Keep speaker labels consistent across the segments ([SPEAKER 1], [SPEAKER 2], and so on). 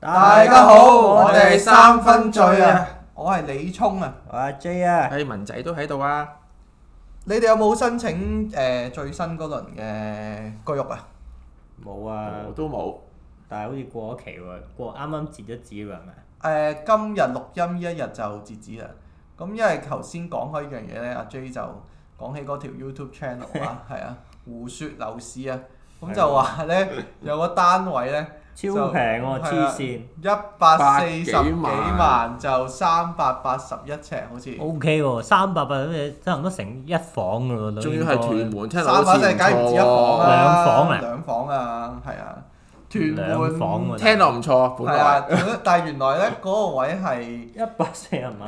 [SPEAKER 1] 大家好，我哋三分醉啊！我係李聰啊！
[SPEAKER 2] 我阿 J 啊，
[SPEAKER 3] 誒文仔都喺度啊！
[SPEAKER 1] 你哋有冇申請誒、呃最新嗰輪嘅居屋啊？
[SPEAKER 2] 冇啊
[SPEAKER 3] 我，都冇，
[SPEAKER 2] 但係好似過咗期喎，過啱啱截咗止喎，係咪？
[SPEAKER 1] 誒、呃今日錄音呢一日就截止啦。咁因為頭先講開呢樣嘢咧，阿 J 就講起嗰條 YouTube channel 啊，係啊，胡說樓市啊，咁就話 咧有個單位咧。
[SPEAKER 2] 超平喎，
[SPEAKER 1] 就
[SPEAKER 2] 黐線
[SPEAKER 1] 一百四十幾
[SPEAKER 3] 百幾
[SPEAKER 1] 萬
[SPEAKER 3] 萬
[SPEAKER 1] 就三百八十一尺，好似
[SPEAKER 2] ，O K 喎，三百八咁差唔多成一房噶咯，
[SPEAKER 3] 仲要係屯門，聽
[SPEAKER 1] 三
[SPEAKER 3] 落好
[SPEAKER 1] 百
[SPEAKER 3] 似
[SPEAKER 1] 尺梗係唔止一房啦，
[SPEAKER 3] 啊！
[SPEAKER 2] 兩房啊嗯
[SPEAKER 1] 兩房啊，係啊，屯
[SPEAKER 2] 兩房
[SPEAKER 1] 門
[SPEAKER 2] 喎，
[SPEAKER 3] 聽落唔錯，本
[SPEAKER 1] 係
[SPEAKER 3] 來
[SPEAKER 1] 啊，但係原來咧嗰個位係
[SPEAKER 2] 一百四十蚊，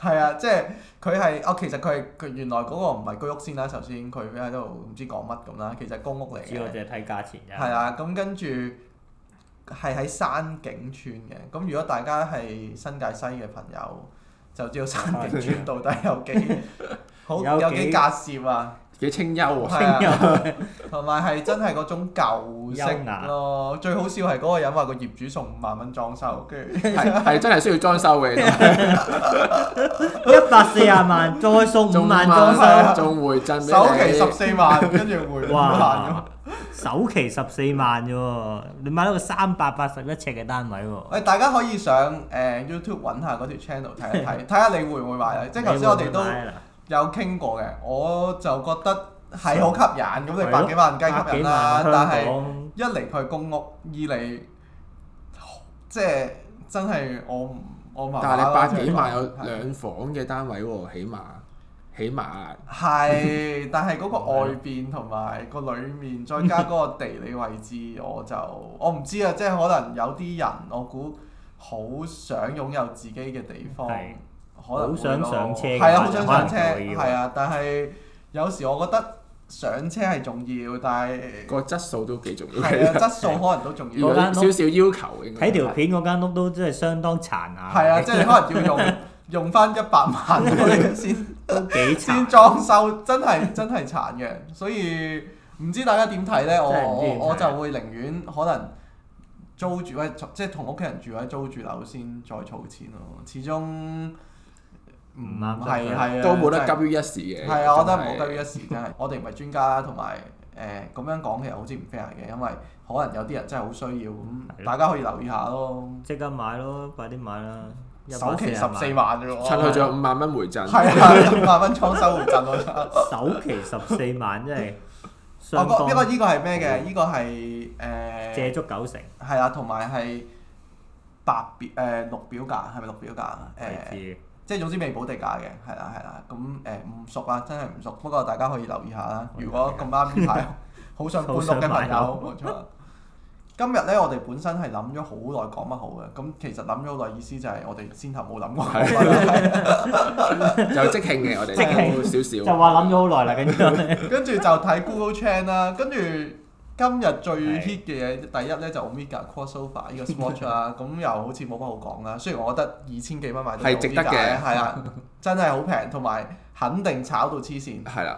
[SPEAKER 1] 係啊，即係佢係哦，其實佢係佢原來嗰個唔係居屋先啦，首先佢喺度唔知講乜咁啦，其實公屋嚟
[SPEAKER 2] 只我
[SPEAKER 1] 嘅，
[SPEAKER 2] 淨係啊睇價錢
[SPEAKER 1] 係
[SPEAKER 2] 啫。
[SPEAKER 1] 啦，咁跟住係喺山景村嘅，咁如果大家係新界西嘅朋友，就知道山景村到底有幾好
[SPEAKER 2] 有
[SPEAKER 1] 有幾
[SPEAKER 2] 幾
[SPEAKER 1] 隔涉啊！
[SPEAKER 3] 幾清幽啊！
[SPEAKER 1] 係啊，同埋係真係嗰種舊
[SPEAKER 2] 優雅
[SPEAKER 1] 式咯。最好笑係嗰個人話個業主送五萬蚊裝修，跟住
[SPEAKER 3] 係 係真係需要裝修嘅，
[SPEAKER 2] 一百四十萬，再送五萬裝
[SPEAKER 1] 仲
[SPEAKER 2] 修，
[SPEAKER 1] 萬
[SPEAKER 3] 仲回贈
[SPEAKER 1] 首期
[SPEAKER 3] 俾
[SPEAKER 1] 十
[SPEAKER 3] 你。
[SPEAKER 1] 四萬，跟住回五萬
[SPEAKER 2] 哇！首期十四萬啫喎，你買到個三百八十一尺嘅單位喎，
[SPEAKER 1] 喂，大家可以上誒、YouTube 揾下嗰條 channel 睇 一睇，睇下你會唔會買啦。即係頭先我哋都
[SPEAKER 2] 你會唔會買啊
[SPEAKER 1] 有傾過嘅，我就覺得係好吸引，咁你
[SPEAKER 2] 係咯
[SPEAKER 1] 百幾萬梗係
[SPEAKER 2] 百
[SPEAKER 1] 吸
[SPEAKER 2] 幾
[SPEAKER 1] 引啦
[SPEAKER 2] 萬。啊香
[SPEAKER 1] 但係
[SPEAKER 2] 港
[SPEAKER 1] 一嚟佢係公屋，二嚟即係真係我唔我麻麻
[SPEAKER 3] 但係你
[SPEAKER 1] 咯
[SPEAKER 3] 百
[SPEAKER 1] 即係
[SPEAKER 3] 幾萬有
[SPEAKER 1] 係
[SPEAKER 3] 兩房嘅單位喎，起碼起碼
[SPEAKER 1] 係，但係嗰個外邊同埋個裡面，再加嗰個地理位 置，我就我唔知啊，即係可能有啲人，我估好想擁有自己嘅地方，
[SPEAKER 2] 係
[SPEAKER 1] 可能
[SPEAKER 2] 好
[SPEAKER 1] 會咯
[SPEAKER 2] 想上車嘅
[SPEAKER 1] 係啊，
[SPEAKER 2] 話
[SPEAKER 1] 好想
[SPEAKER 2] 就
[SPEAKER 1] 上
[SPEAKER 2] 可
[SPEAKER 1] 車，
[SPEAKER 2] 能就會要
[SPEAKER 1] 係啊，但係有時我覺得上車係重要，但係
[SPEAKER 3] 個質素都幾重要
[SPEAKER 1] 係啊，
[SPEAKER 3] 嘅，
[SPEAKER 1] 質素可能都重
[SPEAKER 3] 要有
[SPEAKER 1] 要
[SPEAKER 2] 嗰。間
[SPEAKER 3] 少
[SPEAKER 2] 屋
[SPEAKER 3] 少要求應該。
[SPEAKER 2] 睇條片嗰間屋都真係相當殘下，
[SPEAKER 1] 係啊，即係你可能要 用用翻一百萬嗰啲先。
[SPEAKER 2] 都幾
[SPEAKER 1] 先
[SPEAKER 2] 殘。
[SPEAKER 1] 裝修真 係真係殘嘅，所以唔知大家點睇呢？我
[SPEAKER 2] 真係唔知點睇
[SPEAKER 1] 我我就會寧願可能租住，喂，即係同屋企人住或者租住樓先，再儲錢咯。始終唔
[SPEAKER 2] 唔啱
[SPEAKER 1] 係
[SPEAKER 2] 得
[SPEAKER 1] 係啊，
[SPEAKER 3] 都冇得
[SPEAKER 1] 真係
[SPEAKER 3] 急於一時嘅。
[SPEAKER 1] 係啊，我覺得
[SPEAKER 3] 真
[SPEAKER 1] 冇急於一時 真係。我哋唔係專家啦，同埋誒咁樣講其實好似唔 fair 嘅，因為可能有啲人真係好需要，咁
[SPEAKER 2] 係咯
[SPEAKER 1] 大家可以留意下咯。
[SPEAKER 2] 即刻買咯，快啲買啦！
[SPEAKER 1] 首期十
[SPEAKER 2] 萬，
[SPEAKER 1] 四萬啫喎，
[SPEAKER 3] 趁佢仲有五萬蚊回贈。
[SPEAKER 1] 係啊，五萬蚊裝修回贈我差。
[SPEAKER 2] 首期十四萬真係
[SPEAKER 1] 我
[SPEAKER 2] 相
[SPEAKER 1] 覺呢個
[SPEAKER 2] 當
[SPEAKER 1] 呢個係咩嘅？呢個係誒
[SPEAKER 2] 借足九成，
[SPEAKER 1] 係啦，同埋係白表誒綠表價係咪綠表價啊？
[SPEAKER 2] 位
[SPEAKER 1] 誒，
[SPEAKER 2] 置
[SPEAKER 1] 即係總之未補地價嘅，係啦係啦。咁誒唔熟啊，真係唔熟。不過大家可以留意下啦。
[SPEAKER 2] 可以
[SPEAKER 1] 如果咁啱呢 排好想搬屋嘅朋友，冇錯。今日咧，我哋本身係諗咗好耐講乜好嘅，咁其實諗咗好耐，意思就係我哋先頭冇 諗過講乜啦。
[SPEAKER 3] 就即興嘅，我哋
[SPEAKER 2] 即興
[SPEAKER 3] 有少少。
[SPEAKER 2] 就話諗咗好耐 啦，跟住
[SPEAKER 1] 跟住就睇 Google Trend 啦，跟住今日最 hit 嘅嘢，第一咧就 Omega Crossover 呢個 Swatch 啦，咁又好似冇乜好講啦。雖然我覺得二千幾蚊買到
[SPEAKER 3] 係值得
[SPEAKER 1] Omega
[SPEAKER 3] 嘅
[SPEAKER 1] 係 啊，真係好平，同埋肯定炒到黐線。
[SPEAKER 3] 係啦，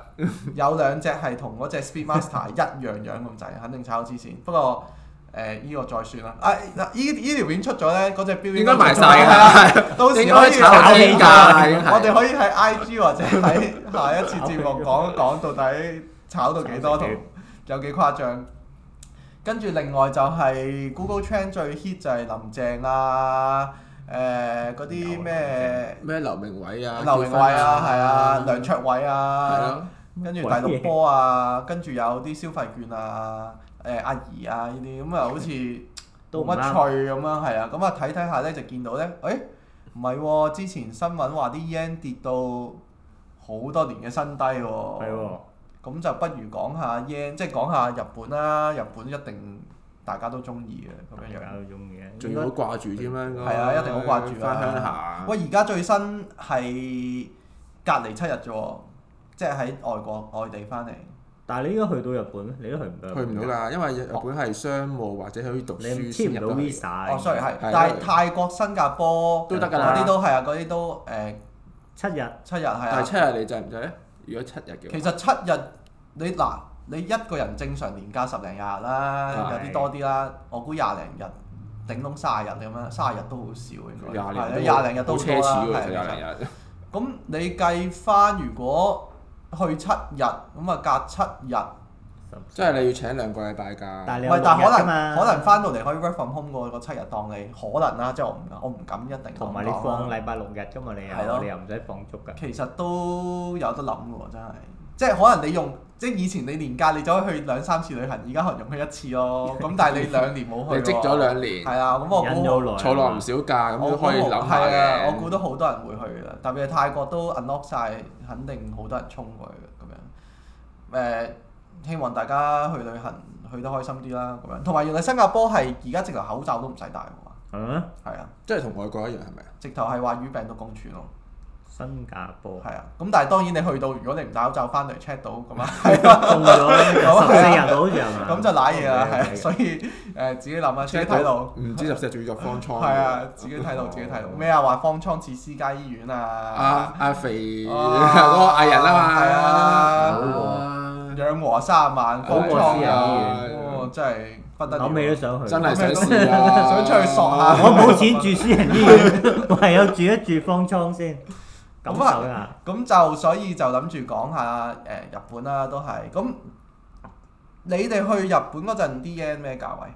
[SPEAKER 1] 有兩隻係同嗰隻 Speedmaster 一樣樣咁滯，肯定炒到黐線。不過誒依個再算啦。啊嗱，依依條片出咗咧，嗰隻標
[SPEAKER 3] 應該賣晒
[SPEAKER 1] 係
[SPEAKER 3] 㗎。
[SPEAKER 1] 啊，到時
[SPEAKER 3] 應
[SPEAKER 1] 可
[SPEAKER 3] 該
[SPEAKER 1] 以
[SPEAKER 3] 炒
[SPEAKER 2] 炒
[SPEAKER 3] 天
[SPEAKER 2] 起
[SPEAKER 3] 價，已經
[SPEAKER 1] 我哋
[SPEAKER 3] 係
[SPEAKER 1] 可以喺 IG 或者喺下一次節目講一講到底炒到幾多同有幾誇張。跟住另外就係 Google Trend 最 hit 就係林鄭啊，誒嗰啲咩
[SPEAKER 3] 咩劉明偉啊、
[SPEAKER 1] 劉明偉
[SPEAKER 3] 結婚
[SPEAKER 1] 啊，係啊，梁卓偉
[SPEAKER 3] 係
[SPEAKER 1] 啊，
[SPEAKER 3] 咯，
[SPEAKER 1] 跟住第六波啊，跟住有啲消費券啊，誒阿姨啊呢啲，咁啊好似。
[SPEAKER 2] 都
[SPEAKER 1] 冇
[SPEAKER 2] 唔
[SPEAKER 1] 乜
[SPEAKER 2] 啱。
[SPEAKER 1] 趣咁樣係啊，咁啊睇睇下咧就見到咧，誒唔係喎，之前新聞話啲 yen 跌到好多年嘅新低喎、
[SPEAKER 2] 係喎，
[SPEAKER 1] 咁就不如講下 yen，即係講下日本啦，日本一定大家都中意嘅咁
[SPEAKER 2] 大
[SPEAKER 1] 樣
[SPEAKER 2] 家
[SPEAKER 1] 樣。
[SPEAKER 2] 都中意嘅。
[SPEAKER 3] 仲要好掛住添啦，應該
[SPEAKER 1] 係啊，一定好掛住
[SPEAKER 3] 翻
[SPEAKER 1] 啊！
[SPEAKER 3] 鄉下。
[SPEAKER 1] 喂，而家最新係隔離七日啫喎，即係喺外國外地翻嚟。
[SPEAKER 2] 但係你應該去到日本咩？你都去唔到日
[SPEAKER 3] 去
[SPEAKER 2] 本。
[SPEAKER 3] 唔到㗎，因為日本係商務或者去讀
[SPEAKER 2] 你
[SPEAKER 3] 書先
[SPEAKER 2] 簽唔
[SPEAKER 3] 入
[SPEAKER 2] 到
[SPEAKER 3] 到去。
[SPEAKER 2] visa。
[SPEAKER 1] 哦，sorry 係，
[SPEAKER 3] 係
[SPEAKER 1] 但
[SPEAKER 3] 因
[SPEAKER 1] 係
[SPEAKER 3] 為
[SPEAKER 1] 泰國、新加坡
[SPEAKER 3] 都得㗎
[SPEAKER 1] 嗰
[SPEAKER 3] 啦
[SPEAKER 1] 啲都係啊，嗰啲都誒
[SPEAKER 2] 七日。
[SPEAKER 1] 七日係啊
[SPEAKER 3] 但係。七日你制唔制咧？如果七日嘅話，
[SPEAKER 1] 其實七日你嗱，你一個人正常年假十零廿日啦，
[SPEAKER 2] 係
[SPEAKER 1] 有啲多啲啦，我估廿零日頂籠卅日咁樣，卅日都好少應該，
[SPEAKER 3] 廿
[SPEAKER 1] 係
[SPEAKER 3] 零
[SPEAKER 1] 啊
[SPEAKER 3] 都
[SPEAKER 1] 廿零日都
[SPEAKER 3] 好
[SPEAKER 1] 好
[SPEAKER 3] 奢
[SPEAKER 1] 多啦
[SPEAKER 3] 侈喎，
[SPEAKER 1] 係啊其
[SPEAKER 3] 其實
[SPEAKER 1] 實
[SPEAKER 3] 廿零日。
[SPEAKER 1] 咁你計翻，如果去七日，咁啊隔七日，唔
[SPEAKER 3] 即係你要請兩個禮拜假。
[SPEAKER 2] 但係你有
[SPEAKER 1] 係，但
[SPEAKER 2] 六日
[SPEAKER 1] 可
[SPEAKER 2] 㗎嘛
[SPEAKER 1] 能可能翻到嚟可以 work from home 喎，嗰七日當你可能啦，即係我唔我唔敢一定咁
[SPEAKER 2] 同埋你
[SPEAKER 1] 講啦啊
[SPEAKER 2] 放禮拜六日㗎嘛，你
[SPEAKER 1] 係咯
[SPEAKER 2] 又你又唔使放足㗎。
[SPEAKER 1] 其實都有得諗喎，真係，即係可能你用。即係以前你年假你走去兩三次旅行，而家可能用去一次 咯。咁但係你兩年冇
[SPEAKER 3] 你
[SPEAKER 1] 去喎，
[SPEAKER 3] 積咗兩年，
[SPEAKER 1] 係啊，咁我
[SPEAKER 2] 忍咗
[SPEAKER 1] 估
[SPEAKER 2] 好耐。
[SPEAKER 3] 坐落唔。少假，咁
[SPEAKER 1] 我
[SPEAKER 3] 都
[SPEAKER 1] 估
[SPEAKER 3] 可以諗下
[SPEAKER 1] 係啊，
[SPEAKER 3] 嘅。
[SPEAKER 1] 我估到好多人會去啦，特別係泰國都 unlock 晒，肯定好多人衝過去嘅咁樣。誒、希望大家去旅行去得開心啲啦，咁樣。同埋原來新加坡係而家直頭口罩都唔使戴嘅
[SPEAKER 2] 係咩
[SPEAKER 1] 喎，係啊，
[SPEAKER 3] 即係同外國一樣係咪？啊
[SPEAKER 1] 直頭係話與病毒共存咯，
[SPEAKER 2] 新加坡。
[SPEAKER 1] 係啊。咁但係當然你去到，如果你唔戴口罩翻嚟 check 到咁啊，
[SPEAKER 2] 中咗十四日到好似嗯係嘛？
[SPEAKER 1] 咁就賴嘢啦，係啊。
[SPEAKER 2] OK，OK
[SPEAKER 1] 所以誒、自己諗啊下，自己睇路。
[SPEAKER 3] 唔知十四仲要入方艙。
[SPEAKER 1] 係啊，自己睇路，自己睇路。咩啊？話方艙似私家醫院
[SPEAKER 3] 阿阿肥
[SPEAKER 1] 啊
[SPEAKER 3] 嗰個藝人啊嘛，
[SPEAKER 1] 係啊
[SPEAKER 3] 啊
[SPEAKER 1] 養和三萬，
[SPEAKER 2] 好
[SPEAKER 1] 方
[SPEAKER 2] 過
[SPEAKER 1] 艙
[SPEAKER 2] 私人醫
[SPEAKER 1] 啊！
[SPEAKER 3] 院
[SPEAKER 1] 哇，真係不得了，
[SPEAKER 2] 我尾都想去。
[SPEAKER 3] 真係想試啊！
[SPEAKER 1] 想出去索下
[SPEAKER 2] 嗯我冇錢住私人醫院，我係有住一住方艙先，感受一下。
[SPEAKER 1] 咁就所以就諗住講下誒日本啦，都係咁。你哋去日本嗰陣，D N 咩價位？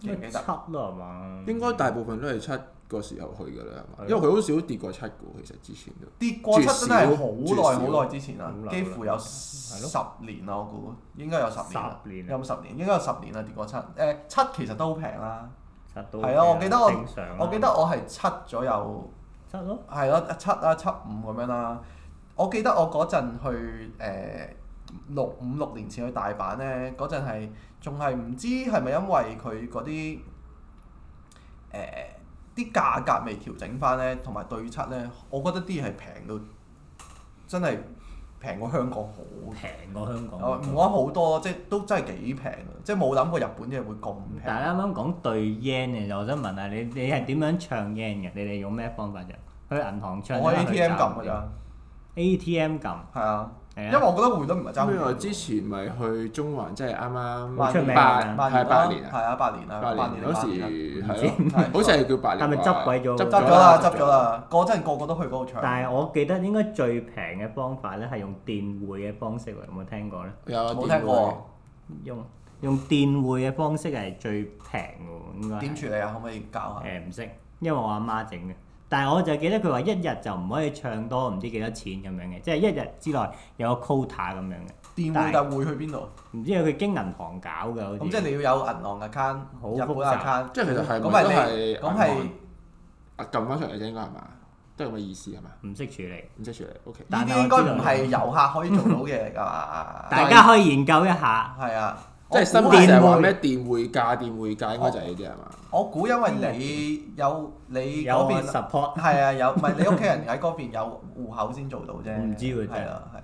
[SPEAKER 1] 記唔記
[SPEAKER 2] 七
[SPEAKER 1] 得？
[SPEAKER 2] 啦係嘛？
[SPEAKER 3] 應該大部分都係七個時候去㗎啦，係
[SPEAKER 2] 係
[SPEAKER 3] 嘛
[SPEAKER 2] 啊
[SPEAKER 3] 因為佢好少跌過七個，其實之前都
[SPEAKER 1] 跌過七真係
[SPEAKER 3] 絕少
[SPEAKER 1] 好耐好耐之前啦
[SPEAKER 2] 好耐，
[SPEAKER 1] 幾乎有
[SPEAKER 2] 咯
[SPEAKER 1] 十年啊啦，我估應該有十年啦，
[SPEAKER 2] 十年啊
[SPEAKER 1] 有冇十年？應該有十年啦，啊跌過七。誒七其實都好平啦，
[SPEAKER 2] 七到
[SPEAKER 1] 係啊我記得我
[SPEAKER 2] 正常啊
[SPEAKER 1] 我記得我係七左右。
[SPEAKER 2] 七咯，
[SPEAKER 1] 係咯，七啊七五咁樣啦。我記得我嗰陣去誒六五六年前去大阪咧，嗰陣係仲係唔知係咪因為佢嗰啲誒啲價格未調整翻咧，同埋對七咧，我覺得啲嘢係平到真係平過香港好。
[SPEAKER 2] 平過香港。
[SPEAKER 3] 哦
[SPEAKER 1] 我唔講好多，即係都真係幾平嘅，即係冇諗過日本嘢會咁平。
[SPEAKER 2] 但係啱啱講對 yen 嘅，我想問下你，你係點樣唱 yen 嘅？你哋用咩方法啫？去銀行唱。
[SPEAKER 1] 我
[SPEAKER 2] 定係去
[SPEAKER 1] ATM 撳
[SPEAKER 2] 找
[SPEAKER 1] 㗎咋，
[SPEAKER 2] ATM 撳，
[SPEAKER 1] 係啊，
[SPEAKER 2] 係
[SPEAKER 1] 因
[SPEAKER 2] 啊
[SPEAKER 1] 為我覺得匯率唔係爭好
[SPEAKER 3] 因為
[SPEAKER 1] 遠
[SPEAKER 3] 之前咪去中環，即係啱
[SPEAKER 2] 好出名
[SPEAKER 3] 啱
[SPEAKER 2] 啊
[SPEAKER 1] 八
[SPEAKER 3] 八係八年
[SPEAKER 1] 係
[SPEAKER 3] 啊，
[SPEAKER 1] 啊，八年啊，
[SPEAKER 3] 八年嗰
[SPEAKER 1] 八
[SPEAKER 2] 八
[SPEAKER 3] 時係
[SPEAKER 2] 年
[SPEAKER 1] 八年啊
[SPEAKER 3] 咯，好似係叫八年
[SPEAKER 2] 係
[SPEAKER 3] 啩。
[SPEAKER 2] 咪執鬼咗
[SPEAKER 1] 執咗啦，執咗。啦，嗰陣個個都去嗰度唱。
[SPEAKER 2] 但係我記得應該最平嘅方法咧係用電匯嘅方式喎，有冇聽過咧？
[SPEAKER 3] 有啊
[SPEAKER 1] 冇
[SPEAKER 3] 電
[SPEAKER 1] 聽過
[SPEAKER 2] 用用電匯嘅方式係最平嘅喎，應該係。
[SPEAKER 1] 點處理啊？可唔可以教下？
[SPEAKER 2] 誒唔識，因為我阿媽整嘅。但係我就記得佢話一日就唔可以唱多唔知幾多錢咁樣嘅，即係一日之內有個 quota 咁樣嘅。
[SPEAKER 1] 電
[SPEAKER 2] 但係
[SPEAKER 1] 匯但匯去邊度？
[SPEAKER 2] 唔知係佢經銀行搞嘅好似。
[SPEAKER 1] 咁即係你要有銀行 account、
[SPEAKER 2] 好
[SPEAKER 1] 日本
[SPEAKER 2] 複雜
[SPEAKER 1] account。
[SPEAKER 3] 即係其實係
[SPEAKER 1] 咁
[SPEAKER 3] 咪都
[SPEAKER 1] 係你
[SPEAKER 3] 係
[SPEAKER 1] 咁係
[SPEAKER 3] 啊撳翻出嚟啫，應該係嘛？都係咁嘅意思係嘛？
[SPEAKER 2] 唔識處理，
[SPEAKER 3] 唔識處理，OK。
[SPEAKER 1] 呢
[SPEAKER 2] 但係
[SPEAKER 1] 啲
[SPEAKER 2] 我
[SPEAKER 1] 應該
[SPEAKER 2] 知道
[SPEAKER 1] 唔係遊客可以做到嘅嚟㗎嘛？
[SPEAKER 2] 大家可以研究一下。
[SPEAKER 1] 係啊，
[SPEAKER 3] 即係身
[SPEAKER 2] 邊
[SPEAKER 1] 我估
[SPEAKER 3] 邊成日話
[SPEAKER 2] 電匯
[SPEAKER 3] 咩電匯價、電匯價，應該就係呢啲係嘛？
[SPEAKER 1] 我估因為你有你
[SPEAKER 2] 有
[SPEAKER 1] 嗰
[SPEAKER 2] 我
[SPEAKER 1] 邊
[SPEAKER 2] support，
[SPEAKER 1] 係啊，有唔係你屋企人喺嗰邊有戶口先做到啫。
[SPEAKER 2] 唔知喎真係
[SPEAKER 1] 係啊，係。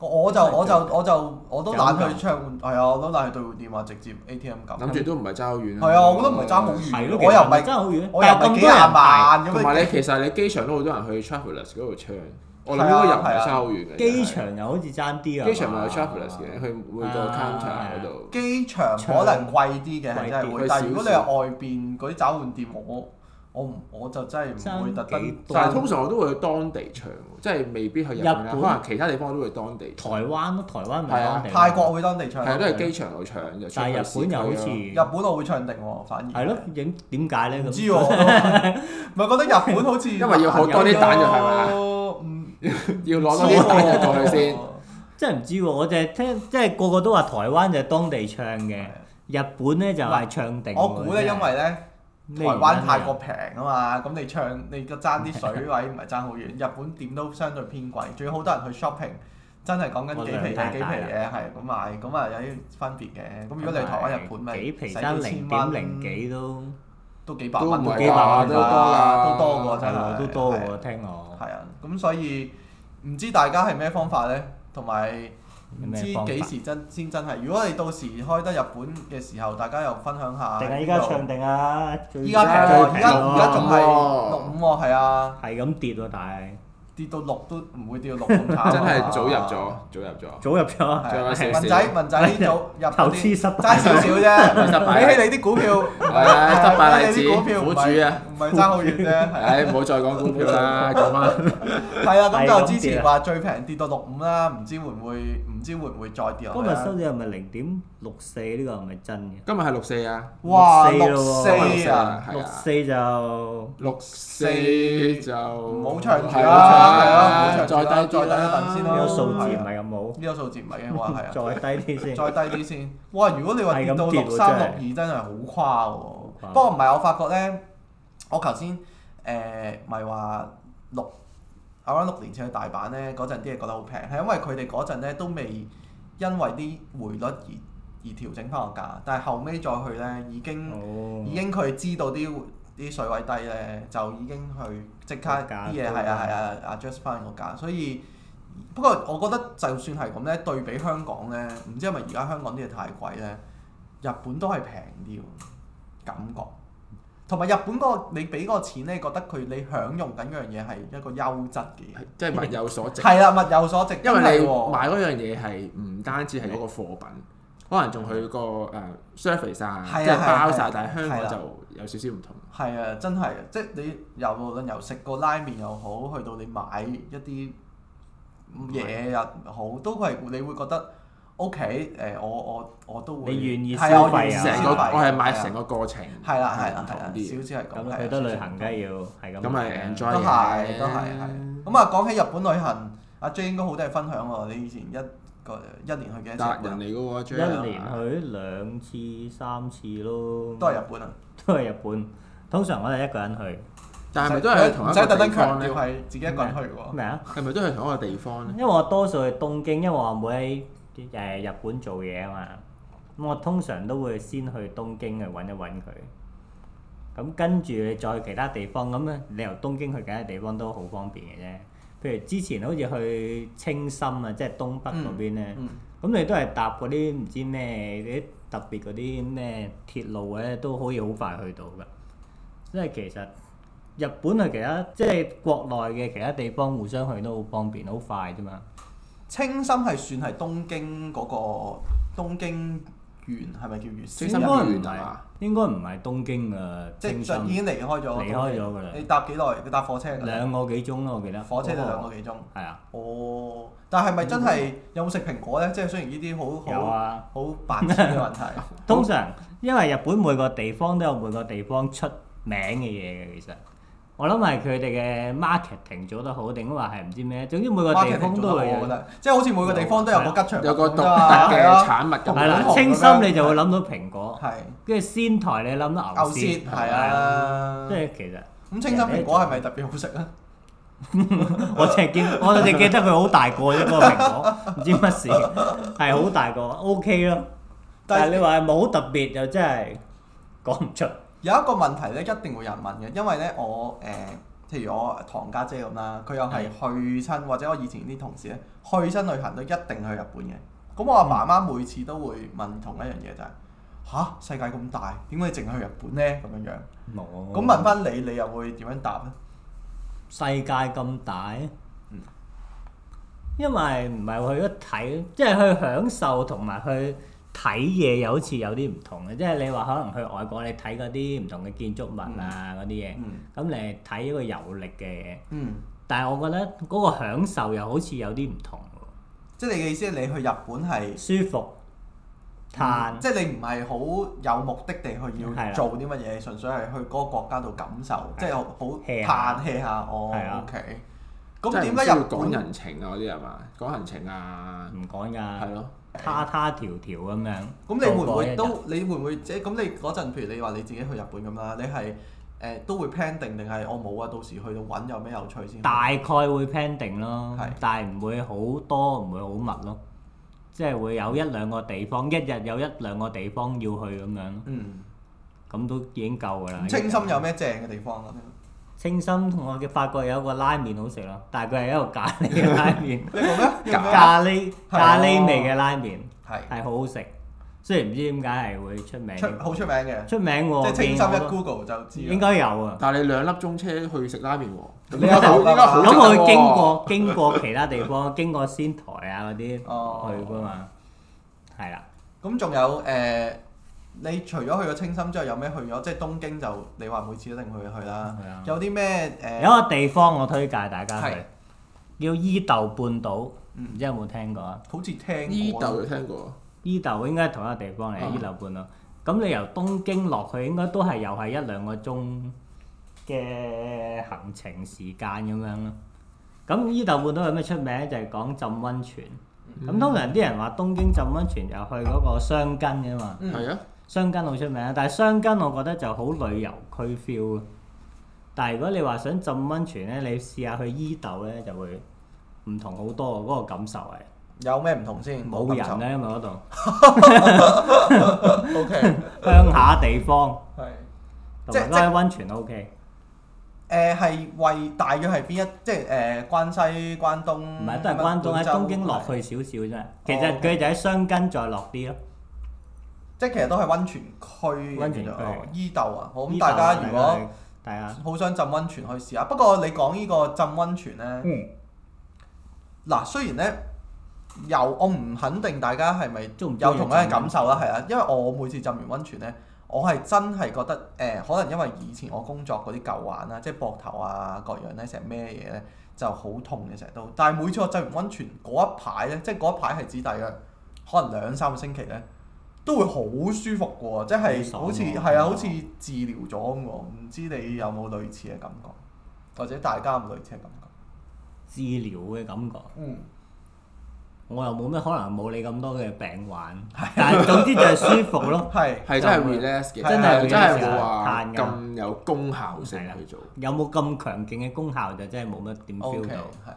[SPEAKER 1] 我我就我就我就我都懶去唱，係啊，我都懶去兌換電話，直接 ATM 撳。
[SPEAKER 3] 諗住都唔係爭好遠
[SPEAKER 1] 哦係啊，我覺得唔係爭好
[SPEAKER 2] 係
[SPEAKER 1] 遠，
[SPEAKER 2] 咯，
[SPEAKER 1] 我又唔
[SPEAKER 2] 真
[SPEAKER 1] 係
[SPEAKER 2] 係好遠，
[SPEAKER 1] 我又
[SPEAKER 2] 但
[SPEAKER 1] 唔
[SPEAKER 2] 係咁
[SPEAKER 1] 係幾
[SPEAKER 2] 多人
[SPEAKER 1] 廿
[SPEAKER 2] 買。
[SPEAKER 1] 萬咁
[SPEAKER 3] 同埋
[SPEAKER 1] 樣。
[SPEAKER 3] 你其實你機場都好多人去 Travelers 嗰度唱，我諗
[SPEAKER 1] 係啊啊
[SPEAKER 3] 應該又唔係差好遠嘅。
[SPEAKER 2] 機場又好似爭啲啊！
[SPEAKER 3] 機場咪有 Travelers 嘅，去每個
[SPEAKER 2] 啊
[SPEAKER 3] counter 嗰度。
[SPEAKER 1] 機場可能貴啲嘅係真係
[SPEAKER 2] 貴
[SPEAKER 1] 會
[SPEAKER 3] 啲，
[SPEAKER 1] 但係如果你
[SPEAKER 3] 少
[SPEAKER 1] 係
[SPEAKER 3] 少
[SPEAKER 1] 外邊嗰啲找換店，我我唔我就真係唔會特
[SPEAKER 2] 爭幾
[SPEAKER 1] 登。
[SPEAKER 2] 多
[SPEAKER 3] 但係通常我都會去當地唱，即係未必去日本啦，
[SPEAKER 2] 日本
[SPEAKER 3] 可能其他地方我都會當地
[SPEAKER 2] 台
[SPEAKER 3] 唱。
[SPEAKER 2] 灣咯，台灣咪
[SPEAKER 3] 係啊
[SPEAKER 2] 當地
[SPEAKER 1] 泰國會當地唱，
[SPEAKER 3] 係啊
[SPEAKER 1] 日
[SPEAKER 3] 都係機啊場度唱就唱
[SPEAKER 2] 但係
[SPEAKER 3] 去
[SPEAKER 2] 日本又好似
[SPEAKER 3] 市區咯
[SPEAKER 1] 本我會唱定喎，反而
[SPEAKER 2] 係咯，點點解咧？
[SPEAKER 1] 唔
[SPEAKER 2] 咁
[SPEAKER 1] 知喎，我都唔係覺得日本好似
[SPEAKER 3] 因為要好多啲彈藥係咪
[SPEAKER 1] 嗯
[SPEAKER 3] 要攞多啲彈藥過去先。
[SPEAKER 2] 真係唔知喎，我就係聽，即係個個都話台灣就係當地唱嘅，日本咧就係唱定喎。
[SPEAKER 1] 我估咧，因為咧。台
[SPEAKER 2] 真係
[SPEAKER 1] 灣太過平啊嘛，咁你唱你個爭啲水位唔係爭好遠，日本點都相對偏貴，仲要好多人去 shopping，真係講緊幾皮
[SPEAKER 2] 啊
[SPEAKER 1] 嘢幾皮嘢係咁買，咁啊有啲分別嘅。咁如果你去台灣日本咪
[SPEAKER 2] 啊幾皮
[SPEAKER 1] 使
[SPEAKER 2] 爭零
[SPEAKER 1] 幾千
[SPEAKER 2] 點
[SPEAKER 1] 蚊
[SPEAKER 2] 零幾都
[SPEAKER 1] 都幾百
[SPEAKER 3] 都
[SPEAKER 1] 蚊
[SPEAKER 3] 唔
[SPEAKER 1] 喎，
[SPEAKER 3] 係
[SPEAKER 2] 幾百蚊
[SPEAKER 1] 都
[SPEAKER 2] 㗎
[SPEAKER 1] 多啦，都多啊過真
[SPEAKER 2] 係啊
[SPEAKER 1] 係
[SPEAKER 2] 喎，都多
[SPEAKER 1] 係
[SPEAKER 2] 喎，聽
[SPEAKER 3] 哦
[SPEAKER 2] 我
[SPEAKER 1] 係啊，咁所以唔知大家係咩方法咧，同埋。
[SPEAKER 2] 有
[SPEAKER 1] 唔
[SPEAKER 2] 咩
[SPEAKER 1] 知
[SPEAKER 2] 方法
[SPEAKER 1] 幾時真先真係，如果你到時開得日本嘅時候，大家又分享下呢度。
[SPEAKER 2] 定係依家唱定啊？最啊
[SPEAKER 1] 依家平
[SPEAKER 3] 最
[SPEAKER 1] 喎，
[SPEAKER 3] 平
[SPEAKER 1] 依家
[SPEAKER 2] 喎
[SPEAKER 1] 而家仲係
[SPEAKER 3] 喎
[SPEAKER 1] 六五喎，係啊，
[SPEAKER 2] 係咁跌喎，但係
[SPEAKER 1] 跌到六都唔會跌到六咁慘啊。
[SPEAKER 3] 真係早入咗，
[SPEAKER 1] 哦
[SPEAKER 3] 早入咗。
[SPEAKER 2] 早入咗啊，
[SPEAKER 3] 再
[SPEAKER 1] 係。
[SPEAKER 3] 玩少少
[SPEAKER 1] 文仔 文仔呢組入
[SPEAKER 2] 投
[SPEAKER 1] 咗
[SPEAKER 2] 資
[SPEAKER 1] 啲
[SPEAKER 2] 失敗
[SPEAKER 1] 爭少少
[SPEAKER 3] 失敗
[SPEAKER 1] 啫，比起你啲股票，
[SPEAKER 3] 唉失敗例子
[SPEAKER 1] 比起你啲股票唔
[SPEAKER 3] 苦主
[SPEAKER 1] 係
[SPEAKER 3] 啊
[SPEAKER 1] 唔係爭好遠啫，係啊
[SPEAKER 3] 唉，唔好再講股票 啦，講翻
[SPEAKER 1] 係啊，咁
[SPEAKER 2] 係咁
[SPEAKER 1] 就之
[SPEAKER 2] 跌啊
[SPEAKER 1] 前話最平跌到六五啦，唔知會唔會唔知會唔會再跌
[SPEAKER 2] 今
[SPEAKER 1] 落去
[SPEAKER 2] 日
[SPEAKER 1] 啊
[SPEAKER 2] 收市係咪零點六四？呢個係咪真嘅？
[SPEAKER 3] 今日係六四啊，
[SPEAKER 1] 哇
[SPEAKER 2] 六
[SPEAKER 1] 六
[SPEAKER 2] 四
[SPEAKER 1] 四
[SPEAKER 2] 咯喎
[SPEAKER 1] 啊！
[SPEAKER 3] 係啊
[SPEAKER 2] 六四就
[SPEAKER 3] 六四就
[SPEAKER 1] 唔好
[SPEAKER 3] 冇
[SPEAKER 1] 唱
[SPEAKER 3] 長
[SPEAKER 1] 住
[SPEAKER 3] 係
[SPEAKER 1] 啦，係
[SPEAKER 3] 啊
[SPEAKER 1] 啊，
[SPEAKER 3] 再低
[SPEAKER 1] 再
[SPEAKER 3] 啲
[SPEAKER 1] 低一
[SPEAKER 3] 啦
[SPEAKER 1] 陣先
[SPEAKER 2] 呢
[SPEAKER 1] 啦。
[SPEAKER 2] 個數字唔
[SPEAKER 1] 係啊
[SPEAKER 2] 係咁好，
[SPEAKER 1] 呢個數字唔係嘅話係啊，
[SPEAKER 2] 再低啲先。
[SPEAKER 1] 再低啲先。哇！如果你話跌到
[SPEAKER 2] 係咁跌喎
[SPEAKER 1] 六三六
[SPEAKER 2] 真
[SPEAKER 1] 二，真係
[SPEAKER 2] 誇
[SPEAKER 1] 好誇喎。不過唔係，啊我發覺咧，我頭先誒咪話六，我諗六年前去大阪咧，嗰陣啲嘢覺得好平，係因為佢哋嗰陣咧都未因為啲匯率而而調整翻個價，但係後尾再去咧已經。
[SPEAKER 2] 哦
[SPEAKER 1] 已經佢知道啲啲水位低咧，就已經去即刻
[SPEAKER 2] 個價
[SPEAKER 1] 啲嘢係啊係啊 adjust 翻個價，所以不過我覺得就算係咁咧，對比香港咧，唔知係咪而家香港啲嘢太貴咧，日本都係平啲喎，感覺。同埋日本嗰、個你俾嗰個錢咧，覺得佢你享用緊嗰樣嘢係一個優質嘅嘢，
[SPEAKER 3] 即係物有所值。
[SPEAKER 1] 係啦，物有所值，
[SPEAKER 3] 因
[SPEAKER 1] 真
[SPEAKER 3] 為你
[SPEAKER 1] 係喎
[SPEAKER 3] 買嗰樣嘢係唔單止係嗰個貨品，可能仲佢個誒 surface 啊，
[SPEAKER 1] 係啊
[SPEAKER 3] 即係包
[SPEAKER 1] 係
[SPEAKER 3] 晒
[SPEAKER 1] 啊，
[SPEAKER 3] 但係香
[SPEAKER 1] 係
[SPEAKER 3] 港
[SPEAKER 1] 啊
[SPEAKER 3] 就有少少唔同。
[SPEAKER 1] 係啊，真係啊，即係你由無論由食個拉麵又好，去到你買一啲嘢又好，都係你會覺得 O K 誒，我我我都會
[SPEAKER 2] 你願意
[SPEAKER 1] 係啊
[SPEAKER 2] 消
[SPEAKER 1] 我
[SPEAKER 2] 費啊
[SPEAKER 1] 願意
[SPEAKER 3] 成個
[SPEAKER 1] 消費啊
[SPEAKER 3] 我係買成個過程，
[SPEAKER 1] 係啦係
[SPEAKER 3] 係唔啊
[SPEAKER 1] 啦係
[SPEAKER 3] 同
[SPEAKER 1] 啦，
[SPEAKER 3] 啲嘅。
[SPEAKER 1] 少少係咁
[SPEAKER 2] 咁啊去得旅行梗係要係咁。
[SPEAKER 3] 咁咪 enjoy
[SPEAKER 1] 都係都係係。咁啊，講起日本旅行，阿 J 應該好多嘢分享喎。你以前一個一年去幾多
[SPEAKER 3] 達
[SPEAKER 1] 次日
[SPEAKER 3] 人
[SPEAKER 1] 本啊？
[SPEAKER 3] 嚟嘅喎，
[SPEAKER 2] 一
[SPEAKER 3] J 啊
[SPEAKER 2] 年去兩次三次咯，
[SPEAKER 1] 都係日本啊！
[SPEAKER 2] 都係日本。通常我哋一個人去
[SPEAKER 3] 但係咪都係同
[SPEAKER 1] 啊唔
[SPEAKER 3] 一
[SPEAKER 1] 使
[SPEAKER 3] 個
[SPEAKER 1] 特
[SPEAKER 3] 地
[SPEAKER 1] 登
[SPEAKER 3] 方
[SPEAKER 1] 強
[SPEAKER 3] 咧
[SPEAKER 1] 調？係自己一個人去喎。
[SPEAKER 2] 咩啊？
[SPEAKER 3] 係咪都係同一個地方咧？
[SPEAKER 2] 因為我多數去東京，因為我阿妹喺誒日本做嘢啊嘛，咁我通常都會先去東京去揾一揾佢，咁跟住你再去其他地方，咁咧你由東京去其他地方都好方便嘅啫。譬如之前好似去青森啊，即係東北嗰邊咧，咁、
[SPEAKER 1] 嗯，
[SPEAKER 2] 你都係搭嗰啲唔知咩啲特別嗰啲咩鐵路咧，都可以好快去到㗎。即係其實日本去其他即係國內嘅其他地方互相去都好方便，好快啫嘛。
[SPEAKER 1] 清心係算係東京嗰個東京縣係咪叫縣？
[SPEAKER 3] 清
[SPEAKER 2] 應
[SPEAKER 3] 心
[SPEAKER 2] 該
[SPEAKER 3] 入
[SPEAKER 2] 唔
[SPEAKER 3] 園係
[SPEAKER 2] 係
[SPEAKER 3] 嘛，
[SPEAKER 2] 應該唔係東京啊，
[SPEAKER 1] 即
[SPEAKER 2] 清
[SPEAKER 1] 係已
[SPEAKER 2] 心
[SPEAKER 1] 經離開咗，
[SPEAKER 2] 離開咗㗎啦
[SPEAKER 1] 你搭幾耐？你搭火車㗎？
[SPEAKER 2] 兩個幾鐘咯，我記得。
[SPEAKER 1] 火車就
[SPEAKER 2] 嗰個
[SPEAKER 1] 兩個幾鐘。
[SPEAKER 2] 係啊，
[SPEAKER 1] 哦，但係咪真係有冇食蘋果咧？即係雖然呢啲好
[SPEAKER 2] 有
[SPEAKER 1] 好
[SPEAKER 2] 啊。
[SPEAKER 1] 好白痴嘅 問題。
[SPEAKER 2] 通常因為日本每個地方都有每個地方出名嘅嘢嘅，其實我諗係佢哋嘅 marketing 做得好，定話係唔知咩？總之每個地
[SPEAKER 1] marketing
[SPEAKER 2] 方
[SPEAKER 1] 做
[SPEAKER 2] 都
[SPEAKER 1] 得好
[SPEAKER 2] 會
[SPEAKER 1] 我覺
[SPEAKER 2] 有。
[SPEAKER 1] 得，即係好似每個地方都有個吉祥物
[SPEAKER 3] 有個
[SPEAKER 1] 咁㗎
[SPEAKER 3] 獨特
[SPEAKER 1] 嘛
[SPEAKER 3] 嘅
[SPEAKER 1] 係啊
[SPEAKER 3] 產物咁
[SPEAKER 2] 係
[SPEAKER 3] 樣。
[SPEAKER 2] 啦，
[SPEAKER 1] 好紅
[SPEAKER 2] 清
[SPEAKER 1] 咁樣
[SPEAKER 2] 心你就會諗到蘋果，
[SPEAKER 1] 係
[SPEAKER 2] 跟住仙台你諗到
[SPEAKER 1] 牛
[SPEAKER 2] 牛
[SPEAKER 1] 舌
[SPEAKER 2] 舌，
[SPEAKER 1] 係啊
[SPEAKER 2] 即。係其實。
[SPEAKER 1] 咁清心蘋果係咪特別好食啊？
[SPEAKER 2] 我淨係見，我淨係記得佢好大個啫，嗰個蘋果， 唔知乜事，係好大個，OK 咯。但係你話係咪好特別又真係講唔出。
[SPEAKER 1] 有一個問題咧，一定會有人問嘅，因為咧我誒、呃譬如我堂家姐咁啦，佢又係去親，或者我以前啲同事咧去親旅行都一定去日本嘅。咁我阿媽媽每次都會問同一樣嘢就係、吓、世界咁大，點解你淨係去日本咧？咁樣樣，
[SPEAKER 2] 冇。
[SPEAKER 1] 咁問翻你，你又會點樣答咧？
[SPEAKER 2] 世界咁大，
[SPEAKER 1] 嗯
[SPEAKER 2] 因為唔係去一睇，即係去享受同埋去睇嘢，又好似有啲唔同嘅。即係你話可能去外國，你睇嗰啲唔同嘅建築物啊嗰啲嘢，
[SPEAKER 1] 嗯
[SPEAKER 2] 咁你係睇一個遊歷嘅嘢。
[SPEAKER 1] 嗯，
[SPEAKER 2] 但係我覺得嗰個享受又好似有啲唔同
[SPEAKER 1] 即係你嘅意思係你去日本係
[SPEAKER 2] 喎，舒服、嘆。
[SPEAKER 1] 嗯即係你唔係好有目的地去
[SPEAKER 2] 係啦
[SPEAKER 1] 要做啲乜嘢，純粹係去嗰個國家度感受，即係好好
[SPEAKER 2] hea 下
[SPEAKER 1] 嘆氣下。哦
[SPEAKER 2] 係啊
[SPEAKER 1] ，OK。
[SPEAKER 3] 即
[SPEAKER 1] 咁
[SPEAKER 3] 係唔
[SPEAKER 1] 點解
[SPEAKER 3] 需要
[SPEAKER 1] 日
[SPEAKER 3] 講
[SPEAKER 1] 本
[SPEAKER 3] 人情啊？嗰啲係嘛？講行情啊，
[SPEAKER 2] 唔講㗎，
[SPEAKER 3] 係咯。
[SPEAKER 2] 他他條條咁樣。
[SPEAKER 1] 嗯咁你會唔會
[SPEAKER 2] 個個一日
[SPEAKER 1] 都你會唔會即係咁你嗰陣譬如你話你自己去日本咁啦，你係誒、呃都會 plan 定定係我冇啊？到時去到揾有咩有趣先？
[SPEAKER 2] 大概會 plan 定咯
[SPEAKER 1] 嗯係，
[SPEAKER 2] 但係唔會好多，唔會好密咯，即係會有一兩個地方，一日有一兩個地方要去咁樣咯，
[SPEAKER 1] 嗯，
[SPEAKER 2] 咁都已經夠㗎啦。
[SPEAKER 1] 咁清心有咩正嘅地方啊？
[SPEAKER 2] 清心同我嘅發覺有一個拉麵好食咯，但係佢係一個咖喱 嘅拉麵，
[SPEAKER 1] 你講咩？啊
[SPEAKER 2] 咖喱咖喱味嘅拉麵
[SPEAKER 1] 係
[SPEAKER 2] 係好好食，雖然唔知點解係會出名，
[SPEAKER 1] 出好出名嘅，
[SPEAKER 2] 出名
[SPEAKER 1] 即
[SPEAKER 2] 喎，
[SPEAKER 1] 係清心一
[SPEAKER 2] 見
[SPEAKER 1] Google 就知
[SPEAKER 2] 我
[SPEAKER 1] 啦。
[SPEAKER 2] 都應該有啊。
[SPEAKER 3] 但係你兩粒鐘車去食拉麵喎，
[SPEAKER 1] 你有頭㗎嘛好
[SPEAKER 2] 咁我
[SPEAKER 3] 值得
[SPEAKER 2] 會
[SPEAKER 3] 喎
[SPEAKER 2] 經過經過其他地方，經過仙台啊嗰啲
[SPEAKER 1] 哦
[SPEAKER 2] 去噶嘛，係啦。
[SPEAKER 1] 咁仲有誒、呃你除咗去咗清心之後，有咩去咗？即係東京就你話每次一定去去啦。
[SPEAKER 2] 係啊
[SPEAKER 1] 有啲咩呃誒？
[SPEAKER 2] 有一個地方我推介大家
[SPEAKER 1] 係
[SPEAKER 2] 去，叫伊豆半島，唔
[SPEAKER 1] 嗯
[SPEAKER 2] 知有冇聽過啊？
[SPEAKER 1] 好似聽
[SPEAKER 3] 伊
[SPEAKER 1] 過啊
[SPEAKER 3] 豆有聽過，
[SPEAKER 2] 伊豆應該係同一個地方
[SPEAKER 3] 啊
[SPEAKER 2] 嚟，伊豆半島。咁你由東京落去，應該都係又係一兩個鐘嘅行程時間咁樣咯。咁伊豆半島有咩出名咧？就係、講浸温泉。咁、
[SPEAKER 1] 嗯
[SPEAKER 2] 通常啲人話東京浸温泉又去嗰個箱根嘅嘛，
[SPEAKER 1] 嗯
[SPEAKER 3] 係啊，
[SPEAKER 2] 箱根好出名啊。但係箱根我覺得就好旅遊區 feel 啊。但係如果你話想浸温泉咧，你試下去伊豆咧就會唔同好多啊嗰、個感受係
[SPEAKER 1] 有咩唔同先？
[SPEAKER 2] 冇人啊咧，因為嗰度
[SPEAKER 1] 感受。O K，
[SPEAKER 2] 鄉下地方。
[SPEAKER 1] 係
[SPEAKER 2] 同埋嗰啲温泉 O K，
[SPEAKER 1] 誒呃係為大約係邊一即係誒、呃、關西、關東，
[SPEAKER 2] 唔
[SPEAKER 1] 唔
[SPEAKER 2] 係都係關東喺東京落，去少少啫。其
[SPEAKER 1] 哦
[SPEAKER 2] 實佢就喺箱根再落啲咯。
[SPEAKER 1] 即係其實都係温泉區。
[SPEAKER 2] 溫泉區
[SPEAKER 1] 哦伊豆啊，好咁
[SPEAKER 2] 呢度
[SPEAKER 1] 大家如果
[SPEAKER 2] 大家
[SPEAKER 1] 好想浸温泉去試下，不過你講呢個浸温泉咧。
[SPEAKER 2] 嗯
[SPEAKER 1] 嗱，雖然咧又我唔肯定大家係咪
[SPEAKER 2] 中唔中
[SPEAKER 1] 有
[SPEAKER 2] 意
[SPEAKER 1] 同樣嘅感受啦，係啊啦，因為我每次浸完温泉咧，我係真係覺得誒、可能因為以前我工作嗰啲舊患啦，即係膊頭啊各樣咧，成日咩嘢咧就好痛嘅成日都。但係每次我浸完温泉嗰一排咧，即係嗰一排係指大約可能兩三個星期咧，都會好舒服嘅喎，即係好
[SPEAKER 2] 好爽
[SPEAKER 1] 似
[SPEAKER 2] 喎
[SPEAKER 1] 係啊，好似治療咗咁喎。唔知你有冇類似嘅感覺，或者大家有冇類似嘅感覺？
[SPEAKER 2] 治療嘅感覺，
[SPEAKER 1] 嗯，
[SPEAKER 2] 我又冇咩可能冇你咁多嘅病患，但係總之就係舒服咯。
[SPEAKER 1] 係。
[SPEAKER 3] 係真係 relax 嘅，
[SPEAKER 1] 真係
[SPEAKER 3] 但係真
[SPEAKER 2] relax
[SPEAKER 3] 係
[SPEAKER 2] 嘅
[SPEAKER 3] 冇話
[SPEAKER 2] 嘆㗎
[SPEAKER 3] 咁有功效性去做。
[SPEAKER 2] 有冇咁強勁嘅功效就真係冇乜點
[SPEAKER 1] O
[SPEAKER 2] feel
[SPEAKER 1] K，
[SPEAKER 2] 到。
[SPEAKER 1] 係。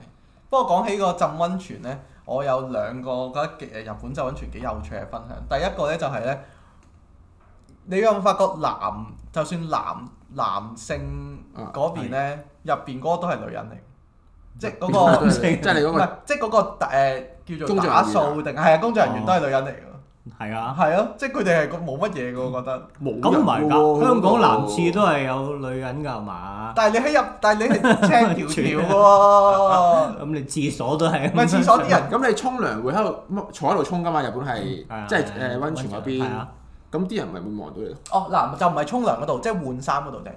[SPEAKER 1] 不過講起個浸温泉咧，我有兩個覺得幾誒日本浸温泉幾有趣嘅分享。第一個咧就係、咧，你有冇發覺男就算男男性
[SPEAKER 3] 啊
[SPEAKER 1] 嗰邊咧，入邊嗰個都係女人嚟，即係嗰、
[SPEAKER 3] 都
[SPEAKER 1] 個
[SPEAKER 3] 係你即係你嗰
[SPEAKER 1] 唔係
[SPEAKER 3] 個，
[SPEAKER 1] 即係嗰個誒叫做
[SPEAKER 3] 工作人員
[SPEAKER 1] 打
[SPEAKER 3] 啊哦
[SPEAKER 1] 掃定係啊工作人員都係女人嚟㗎，
[SPEAKER 2] 係啊，
[SPEAKER 1] 係咯，即係佢哋係個冇乜嘢㗎，我覺得。
[SPEAKER 3] 冇
[SPEAKER 2] 咁唔係
[SPEAKER 3] 人
[SPEAKER 2] 㗎，
[SPEAKER 3] 喎
[SPEAKER 2] 香港男廁都係有女人㗎係 嘛？
[SPEAKER 1] 但係你喺入，但係你係青條條喎，
[SPEAKER 2] 咁你廁所都係
[SPEAKER 1] 唔係廁所啲人
[SPEAKER 3] 咁你沖涼會喺度坐喺度沖㗎嘛？日本係即係誒温泉嗰邊
[SPEAKER 2] 係，啊，
[SPEAKER 3] 咁啲人咪會望到你咯。
[SPEAKER 1] 哦嗱就唔係沖涼嗰度，即係換衫嗰度啫，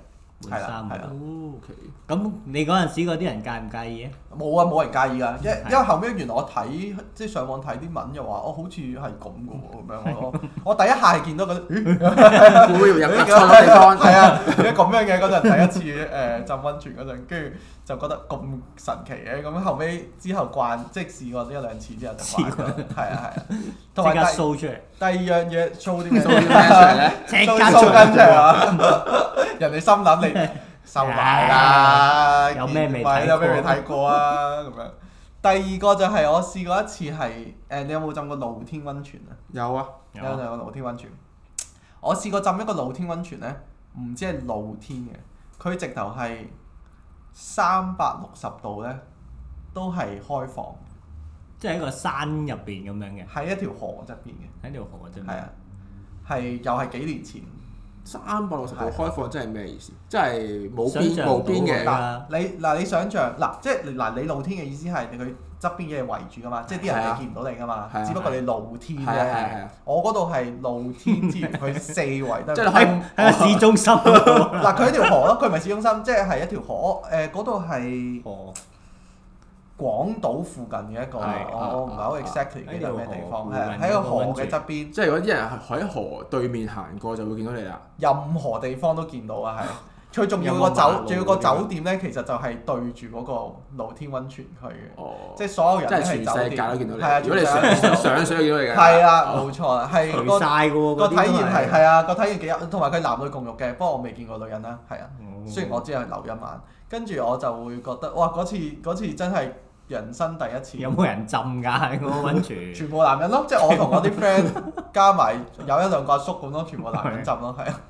[SPEAKER 1] 係
[SPEAKER 2] 換
[SPEAKER 1] 啦
[SPEAKER 2] 衫
[SPEAKER 1] 係啦。
[SPEAKER 3] O K，
[SPEAKER 2] 咁你嗰陣時嗰啲人介唔介意啊？
[SPEAKER 1] 冇啊，冇人介意噶，因
[SPEAKER 2] 係
[SPEAKER 1] 因為後尾原來我睇即係上網睇啲文又話，我哦好似係咁嘅喎，咁樣 我我第一下係見到覺得，咦，
[SPEAKER 3] 會唔 會有入錯地 方？
[SPEAKER 1] 係啊，點解咁樣嘅嗰陣第一次誒浸温泉嗰陣，跟住就覺得咁神奇嘅，咁後尾之後慣，即係試過呢一兩次之後就慣咗，係啊係啊，
[SPEAKER 2] 即
[SPEAKER 1] 同埋
[SPEAKER 2] 刻
[SPEAKER 1] 第
[SPEAKER 2] show 出嚟，
[SPEAKER 1] 第二樣嘢 show 啲咩
[SPEAKER 3] 做啲咩出嚟咧？
[SPEAKER 2] 即刻
[SPEAKER 1] 蘇
[SPEAKER 2] 出
[SPEAKER 1] 蘇
[SPEAKER 2] 嚟
[SPEAKER 1] 根。啊！ 人哋心諗你 收埋啦，
[SPEAKER 2] 有咩未睇過
[SPEAKER 1] 咪有咩未睇過啊？咁樣。第二個就係我試過一次係誒、你有冇浸過露天温泉啊？
[SPEAKER 3] 有啊，
[SPEAKER 1] 有
[SPEAKER 2] 有啊
[SPEAKER 1] 冇浸過露天温泉？我試過浸一個露天温泉咧，唔知係露天嘅，佢直頭係三百六十度咧，都係開放，
[SPEAKER 2] 即係喺個山入邊咁樣嘅，
[SPEAKER 1] 喺一條河側邊嘅，
[SPEAKER 2] 喺條河啫
[SPEAKER 1] 係
[SPEAKER 2] 嘛
[SPEAKER 1] 啊。，係又係幾年前。
[SPEAKER 3] 三百六十度開放真係咩意思？真係冇
[SPEAKER 2] 想
[SPEAKER 3] 邊
[SPEAKER 2] 像
[SPEAKER 3] 冇邊
[SPEAKER 2] 唔到啊㗎。
[SPEAKER 3] 嘅
[SPEAKER 1] 嗱，你嗱你想象嗱，即係你嗱你露天嘅意思係你佢側邊嘢圍住噶嘛，即係啲人
[SPEAKER 3] 係
[SPEAKER 1] 哋
[SPEAKER 3] 啊
[SPEAKER 1] 見唔到你噶嘛
[SPEAKER 3] 係，啊
[SPEAKER 1] 只不過你露天
[SPEAKER 3] 係啊係啊係
[SPEAKER 1] 啫
[SPEAKER 3] 啊。
[SPEAKER 1] 我嗰度係露天之餘，佢四 圍都
[SPEAKER 3] 即
[SPEAKER 1] 係
[SPEAKER 3] 係
[SPEAKER 1] 空
[SPEAKER 3] 喺
[SPEAKER 2] 喺個市中心嗰度
[SPEAKER 1] 嗱，佢一條河咯，佢唔係市中心，即係係一條河。誒，嗰度係
[SPEAKER 2] 河
[SPEAKER 1] 廣島附近嘅一個，
[SPEAKER 2] 係
[SPEAKER 1] 我我唔係
[SPEAKER 3] 啊
[SPEAKER 1] 好 exactly 記得咩地方，係啊
[SPEAKER 2] 喺
[SPEAKER 1] 喺
[SPEAKER 2] 條
[SPEAKER 1] 個
[SPEAKER 2] 河
[SPEAKER 1] 河
[SPEAKER 2] 附近
[SPEAKER 1] 嘅側邊，
[SPEAKER 3] 即係如果啲人喺河對面行過就會見到你啦。
[SPEAKER 1] 任何地方都見到 啊，係。佢仲要個
[SPEAKER 2] 有冇馬
[SPEAKER 1] 酒
[SPEAKER 2] 路，
[SPEAKER 1] 仲要個
[SPEAKER 2] 嗰啲啊
[SPEAKER 1] 酒店咧，其實就係對住嗰個露天温泉區嘅。
[SPEAKER 3] 哦，
[SPEAKER 1] 即係所有人
[SPEAKER 3] 即係
[SPEAKER 1] 都係
[SPEAKER 3] 全
[SPEAKER 1] 酒
[SPEAKER 3] 世界
[SPEAKER 1] 店
[SPEAKER 3] 都見到你。
[SPEAKER 1] 係啊，
[SPEAKER 3] 如果你
[SPEAKER 1] 全世界都見
[SPEAKER 3] 上
[SPEAKER 1] 到
[SPEAKER 3] 上水都見到你㗎。
[SPEAKER 1] 係啊，冇錯啊，係
[SPEAKER 2] 除
[SPEAKER 1] 個
[SPEAKER 2] 晒嘅喎，
[SPEAKER 1] 個
[SPEAKER 2] 嗰
[SPEAKER 1] 體
[SPEAKER 2] 啲都
[SPEAKER 1] 驗係係啊，個體驗幾有，同埋佢男女共浴嘅，不過我未見過女人啦，係啊，
[SPEAKER 2] 哦
[SPEAKER 1] 雖然我只係留一晚，跟住我就會覺得哇，嗰次嗰次真係人生第一
[SPEAKER 2] 有
[SPEAKER 1] 次，
[SPEAKER 2] 冇人浸 㗎喺嗰個温泉？
[SPEAKER 1] 全部男人咯，即係我同我啲 friend 加埋有一兩個阿叔咁咯，全部男人浸咯， 係啊，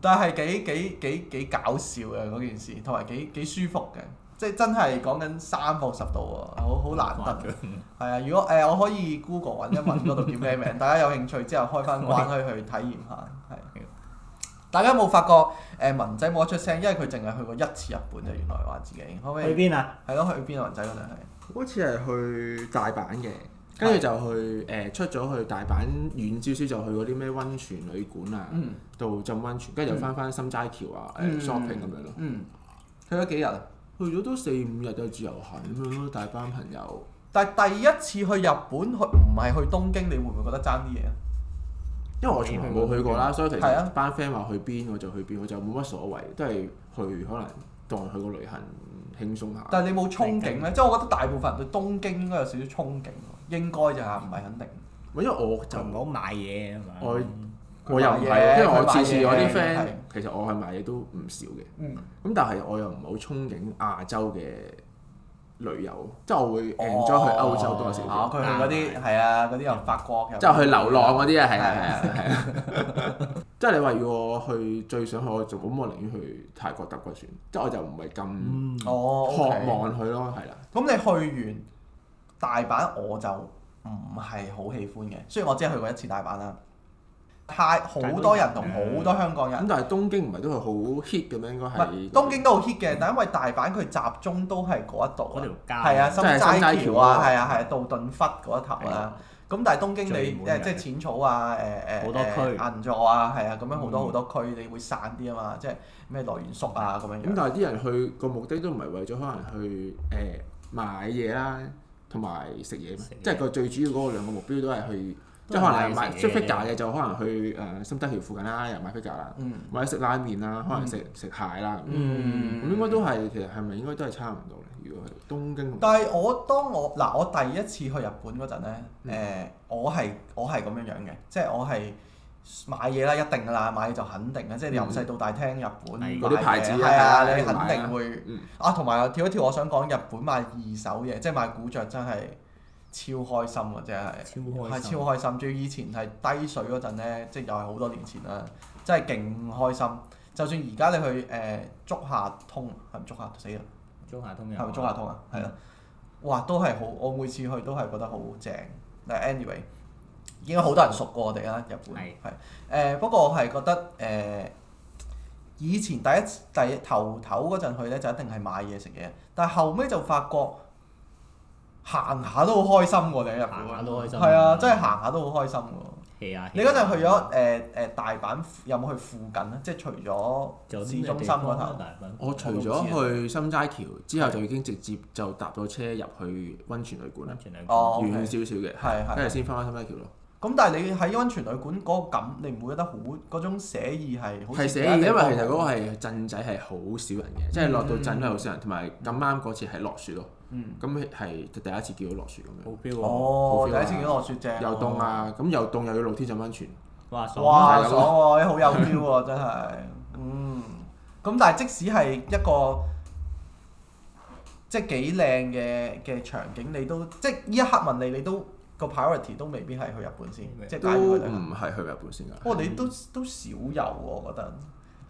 [SPEAKER 1] 但係幾幾幾幾搞笑嘅嗰件事，同埋幾幾舒服嘅，即係真係講緊三百六十度喎，好好難
[SPEAKER 4] 誇
[SPEAKER 1] 得。
[SPEAKER 4] 張
[SPEAKER 1] 係啊，如果誒、我可以 Google 揾一揾嗰度叫咩 名，大家有興趣之後開翻關可以去體驗下。係，啊大家有冇發覺誒、文仔冇得出聲，因為佢淨係去過一次日本啫。原來話自己可唔可
[SPEAKER 2] 去
[SPEAKER 1] 以？
[SPEAKER 2] 邊啊？
[SPEAKER 1] 係咯，去邊啊？文仔嗰度係
[SPEAKER 3] 好似係去大阪嘅，跟住就去誒、出咗去大阪遠少少就去嗰啲咩温泉旅館啊，
[SPEAKER 1] 嗯
[SPEAKER 3] 度浸温泉，跟住就翻翻深齋橋啊誒、
[SPEAKER 1] 嗯
[SPEAKER 3] shopping 咁樣咯。
[SPEAKER 1] 嗯，去咗幾日啊？
[SPEAKER 3] 去咗都四五日就自由行咁樣咯，大班朋友。
[SPEAKER 1] 但係第一次去日本去唔係去東京，你會唔會覺得爭啲嘢啊？
[SPEAKER 3] 因為我從來冇去過啦，所以其
[SPEAKER 1] 係啊
[SPEAKER 3] 實班 friend 話去邊我就去邊，我就冇乜所謂，都係去可能當去個旅行輕鬆下。
[SPEAKER 1] 但係你冇憧憬咧，即係我覺得大部分人對東京應該有少少憧憬喎，應該就係唔係肯定。
[SPEAKER 3] 因為我就
[SPEAKER 2] 就唔好買嘢啊嘛。
[SPEAKER 3] 我
[SPEAKER 1] 佢
[SPEAKER 3] 我又
[SPEAKER 1] 買
[SPEAKER 3] 唔
[SPEAKER 1] 嘢
[SPEAKER 3] 係，啊因為我
[SPEAKER 1] 佢買
[SPEAKER 3] 次次我啲
[SPEAKER 1] 嘢係
[SPEAKER 3] friend 其實我係買嘢都唔少嘅，
[SPEAKER 1] 嗯，
[SPEAKER 3] 咁但係我又唔係好憧憬亞洲嘅旅遊，即係我會 enjoy 去歐洲多少
[SPEAKER 1] 哦，
[SPEAKER 3] 少，
[SPEAKER 1] 佢去嗰啲係啊，嗰啲又法國又
[SPEAKER 3] 即係去流浪嗰啲啊，係啊
[SPEAKER 1] 係
[SPEAKER 3] 係啊係啊。 即係你話要我去最想去我做，咁我寧願去泰國搭個船，即係我就唔係咁
[SPEAKER 2] 嗯，
[SPEAKER 1] 哦
[SPEAKER 3] 渴
[SPEAKER 1] OK
[SPEAKER 3] 望去咯，係啦。
[SPEAKER 1] 咁你去完大阪我就唔係好喜歡嘅，雖然我只係去過一次大阪啦。太好多人同好多香港
[SPEAKER 3] 咁
[SPEAKER 1] 人，
[SPEAKER 3] 但係東京唔係都係好 hit 嘅咩？應該
[SPEAKER 1] 唔
[SPEAKER 3] 係
[SPEAKER 1] 係東京都好 hit 嘅，但因為大阪佢集中都係嗰一度
[SPEAKER 2] 嗰條，
[SPEAKER 1] 啊
[SPEAKER 2] 街
[SPEAKER 1] 係啊，
[SPEAKER 3] 即
[SPEAKER 1] 深
[SPEAKER 3] 係深
[SPEAKER 1] 齋
[SPEAKER 3] 齋
[SPEAKER 1] 橋
[SPEAKER 3] 橋
[SPEAKER 1] 啊
[SPEAKER 3] 啊，
[SPEAKER 1] 係啊係啊，道頓窟嗰一頭啦。咁但係東
[SPEAKER 2] 最
[SPEAKER 1] 京你
[SPEAKER 2] 滿
[SPEAKER 1] 誒
[SPEAKER 2] 嘅
[SPEAKER 1] 即係淺草啊、誒誒
[SPEAKER 2] 好多
[SPEAKER 1] 誒
[SPEAKER 2] 區
[SPEAKER 1] 銀座啊，係啊，咁樣好多好多區，你會散啲啊嘛，即係咩來源宿啊咁樣
[SPEAKER 3] 咁
[SPEAKER 1] 樣。
[SPEAKER 3] 但係啲人去個目的都唔係為咗可能去誒、買嘢啦，同埋食嘢嘛
[SPEAKER 2] 食嘢
[SPEAKER 3] 即係個最主要嗰個兩個目標都係去，即
[SPEAKER 2] 都係
[SPEAKER 3] 係可能
[SPEAKER 2] 買
[SPEAKER 3] 係買
[SPEAKER 2] 食
[SPEAKER 3] 即
[SPEAKER 2] 嘢
[SPEAKER 3] figure 嘅就可能去誒、深德橋附近啦，又買 figure 啦，
[SPEAKER 1] 嗯
[SPEAKER 3] 或者食拉麵啦，可能食食、蟹啦，咁、
[SPEAKER 1] 嗯
[SPEAKER 3] 應該都係其實係咪應該都係差唔多咧？如果係東京同
[SPEAKER 1] 但係我當我嗱我第一次去日本嗰陣咧，誒、我係我係咁樣樣嘅，即係我係買嘢啦，一定㗎啦，買嘢就肯定嘅，即係你由細到大聽日本
[SPEAKER 2] 係
[SPEAKER 1] 買
[SPEAKER 3] 嗰啲牌子
[SPEAKER 1] 嘢
[SPEAKER 3] 啊
[SPEAKER 1] 係
[SPEAKER 3] 係
[SPEAKER 1] 啊，
[SPEAKER 3] 啊
[SPEAKER 1] 你
[SPEAKER 3] 一定買
[SPEAKER 1] 肯
[SPEAKER 3] 啊
[SPEAKER 1] 定會
[SPEAKER 3] 嗯
[SPEAKER 1] 啊，同埋跳一跳，我想講日本買二手嘢，即係買古着真係超開心啊！真係
[SPEAKER 2] 超開
[SPEAKER 1] 係
[SPEAKER 2] 心
[SPEAKER 1] 超開心。仲要以前係低水嗰陣咧，即係又係好多年前啦，真係勁開心。就算而家你去誒、竹下通係咪竹下死啦？
[SPEAKER 2] 租下通
[SPEAKER 1] 係咪中下通啊？
[SPEAKER 2] 嗯
[SPEAKER 1] 係啦，哇，都係好，我每次去都係覺得好正。但係 anyway，應該好多人熟過我哋啦，日本
[SPEAKER 2] 係
[SPEAKER 1] 係誒、不過我係覺得誒、以前第一次第一頭頭嗰陣去咧，就一定係買嘢食嘢，但係後尾就發覺行下都好開心喎、你喺日本
[SPEAKER 2] 行下都開心
[SPEAKER 1] 係啊，真係行下都好開心喎。
[SPEAKER 2] 係啊，
[SPEAKER 1] 你嗰陣去咗誒誒大阪附，有冇去附近咧？即係除咗市中心嗰
[SPEAKER 2] 啊
[SPEAKER 1] 頭，
[SPEAKER 3] 我除咗去深齋橋之後，就已經直接就搭咗車入去温泉旅館啦，
[SPEAKER 1] 哦
[SPEAKER 3] 遠
[SPEAKER 1] OK
[SPEAKER 3] 少少嘅，
[SPEAKER 1] 係係
[SPEAKER 3] 跟住先翻翻深齋橋咯。
[SPEAKER 1] 咁但係你喺温泉旅館嗰個感，你唔會覺得好嗰種寫意係好似
[SPEAKER 3] 係寫
[SPEAKER 1] 其他
[SPEAKER 3] 意，
[SPEAKER 1] 地
[SPEAKER 3] 因為
[SPEAKER 1] 方
[SPEAKER 3] 其實嗰個係鎮仔係好少人嘅，即係落到鎮都係好少人，同埋咁啱嗰次係落雪咯，
[SPEAKER 1] 嗯
[SPEAKER 3] 咁係第一次見到落雪咁
[SPEAKER 2] 好
[SPEAKER 3] 樣，
[SPEAKER 2] 標喎，
[SPEAKER 1] 哦，
[SPEAKER 3] 好 feel 啊
[SPEAKER 1] 第一次見到落雪正，
[SPEAKER 3] 又凍！
[SPEAKER 1] 哦
[SPEAKER 3] 啊，咁又凍又要露天浸温泉，
[SPEAKER 2] 哇爽
[SPEAKER 1] 哇，
[SPEAKER 3] 爽啊
[SPEAKER 1] 爽喎，好有 feel 喎，真係，嗯。咁但係即使係一個嗯即係幾靚嘅嘅場景，你都即係呢一刻問你，你都個 priority 都未必係去日本先，即係
[SPEAKER 3] 都嗯
[SPEAKER 1] 帶佢哦去旅行。
[SPEAKER 3] 唔係去日本先㗎。
[SPEAKER 1] 哇！你都都少有喎，我覺得。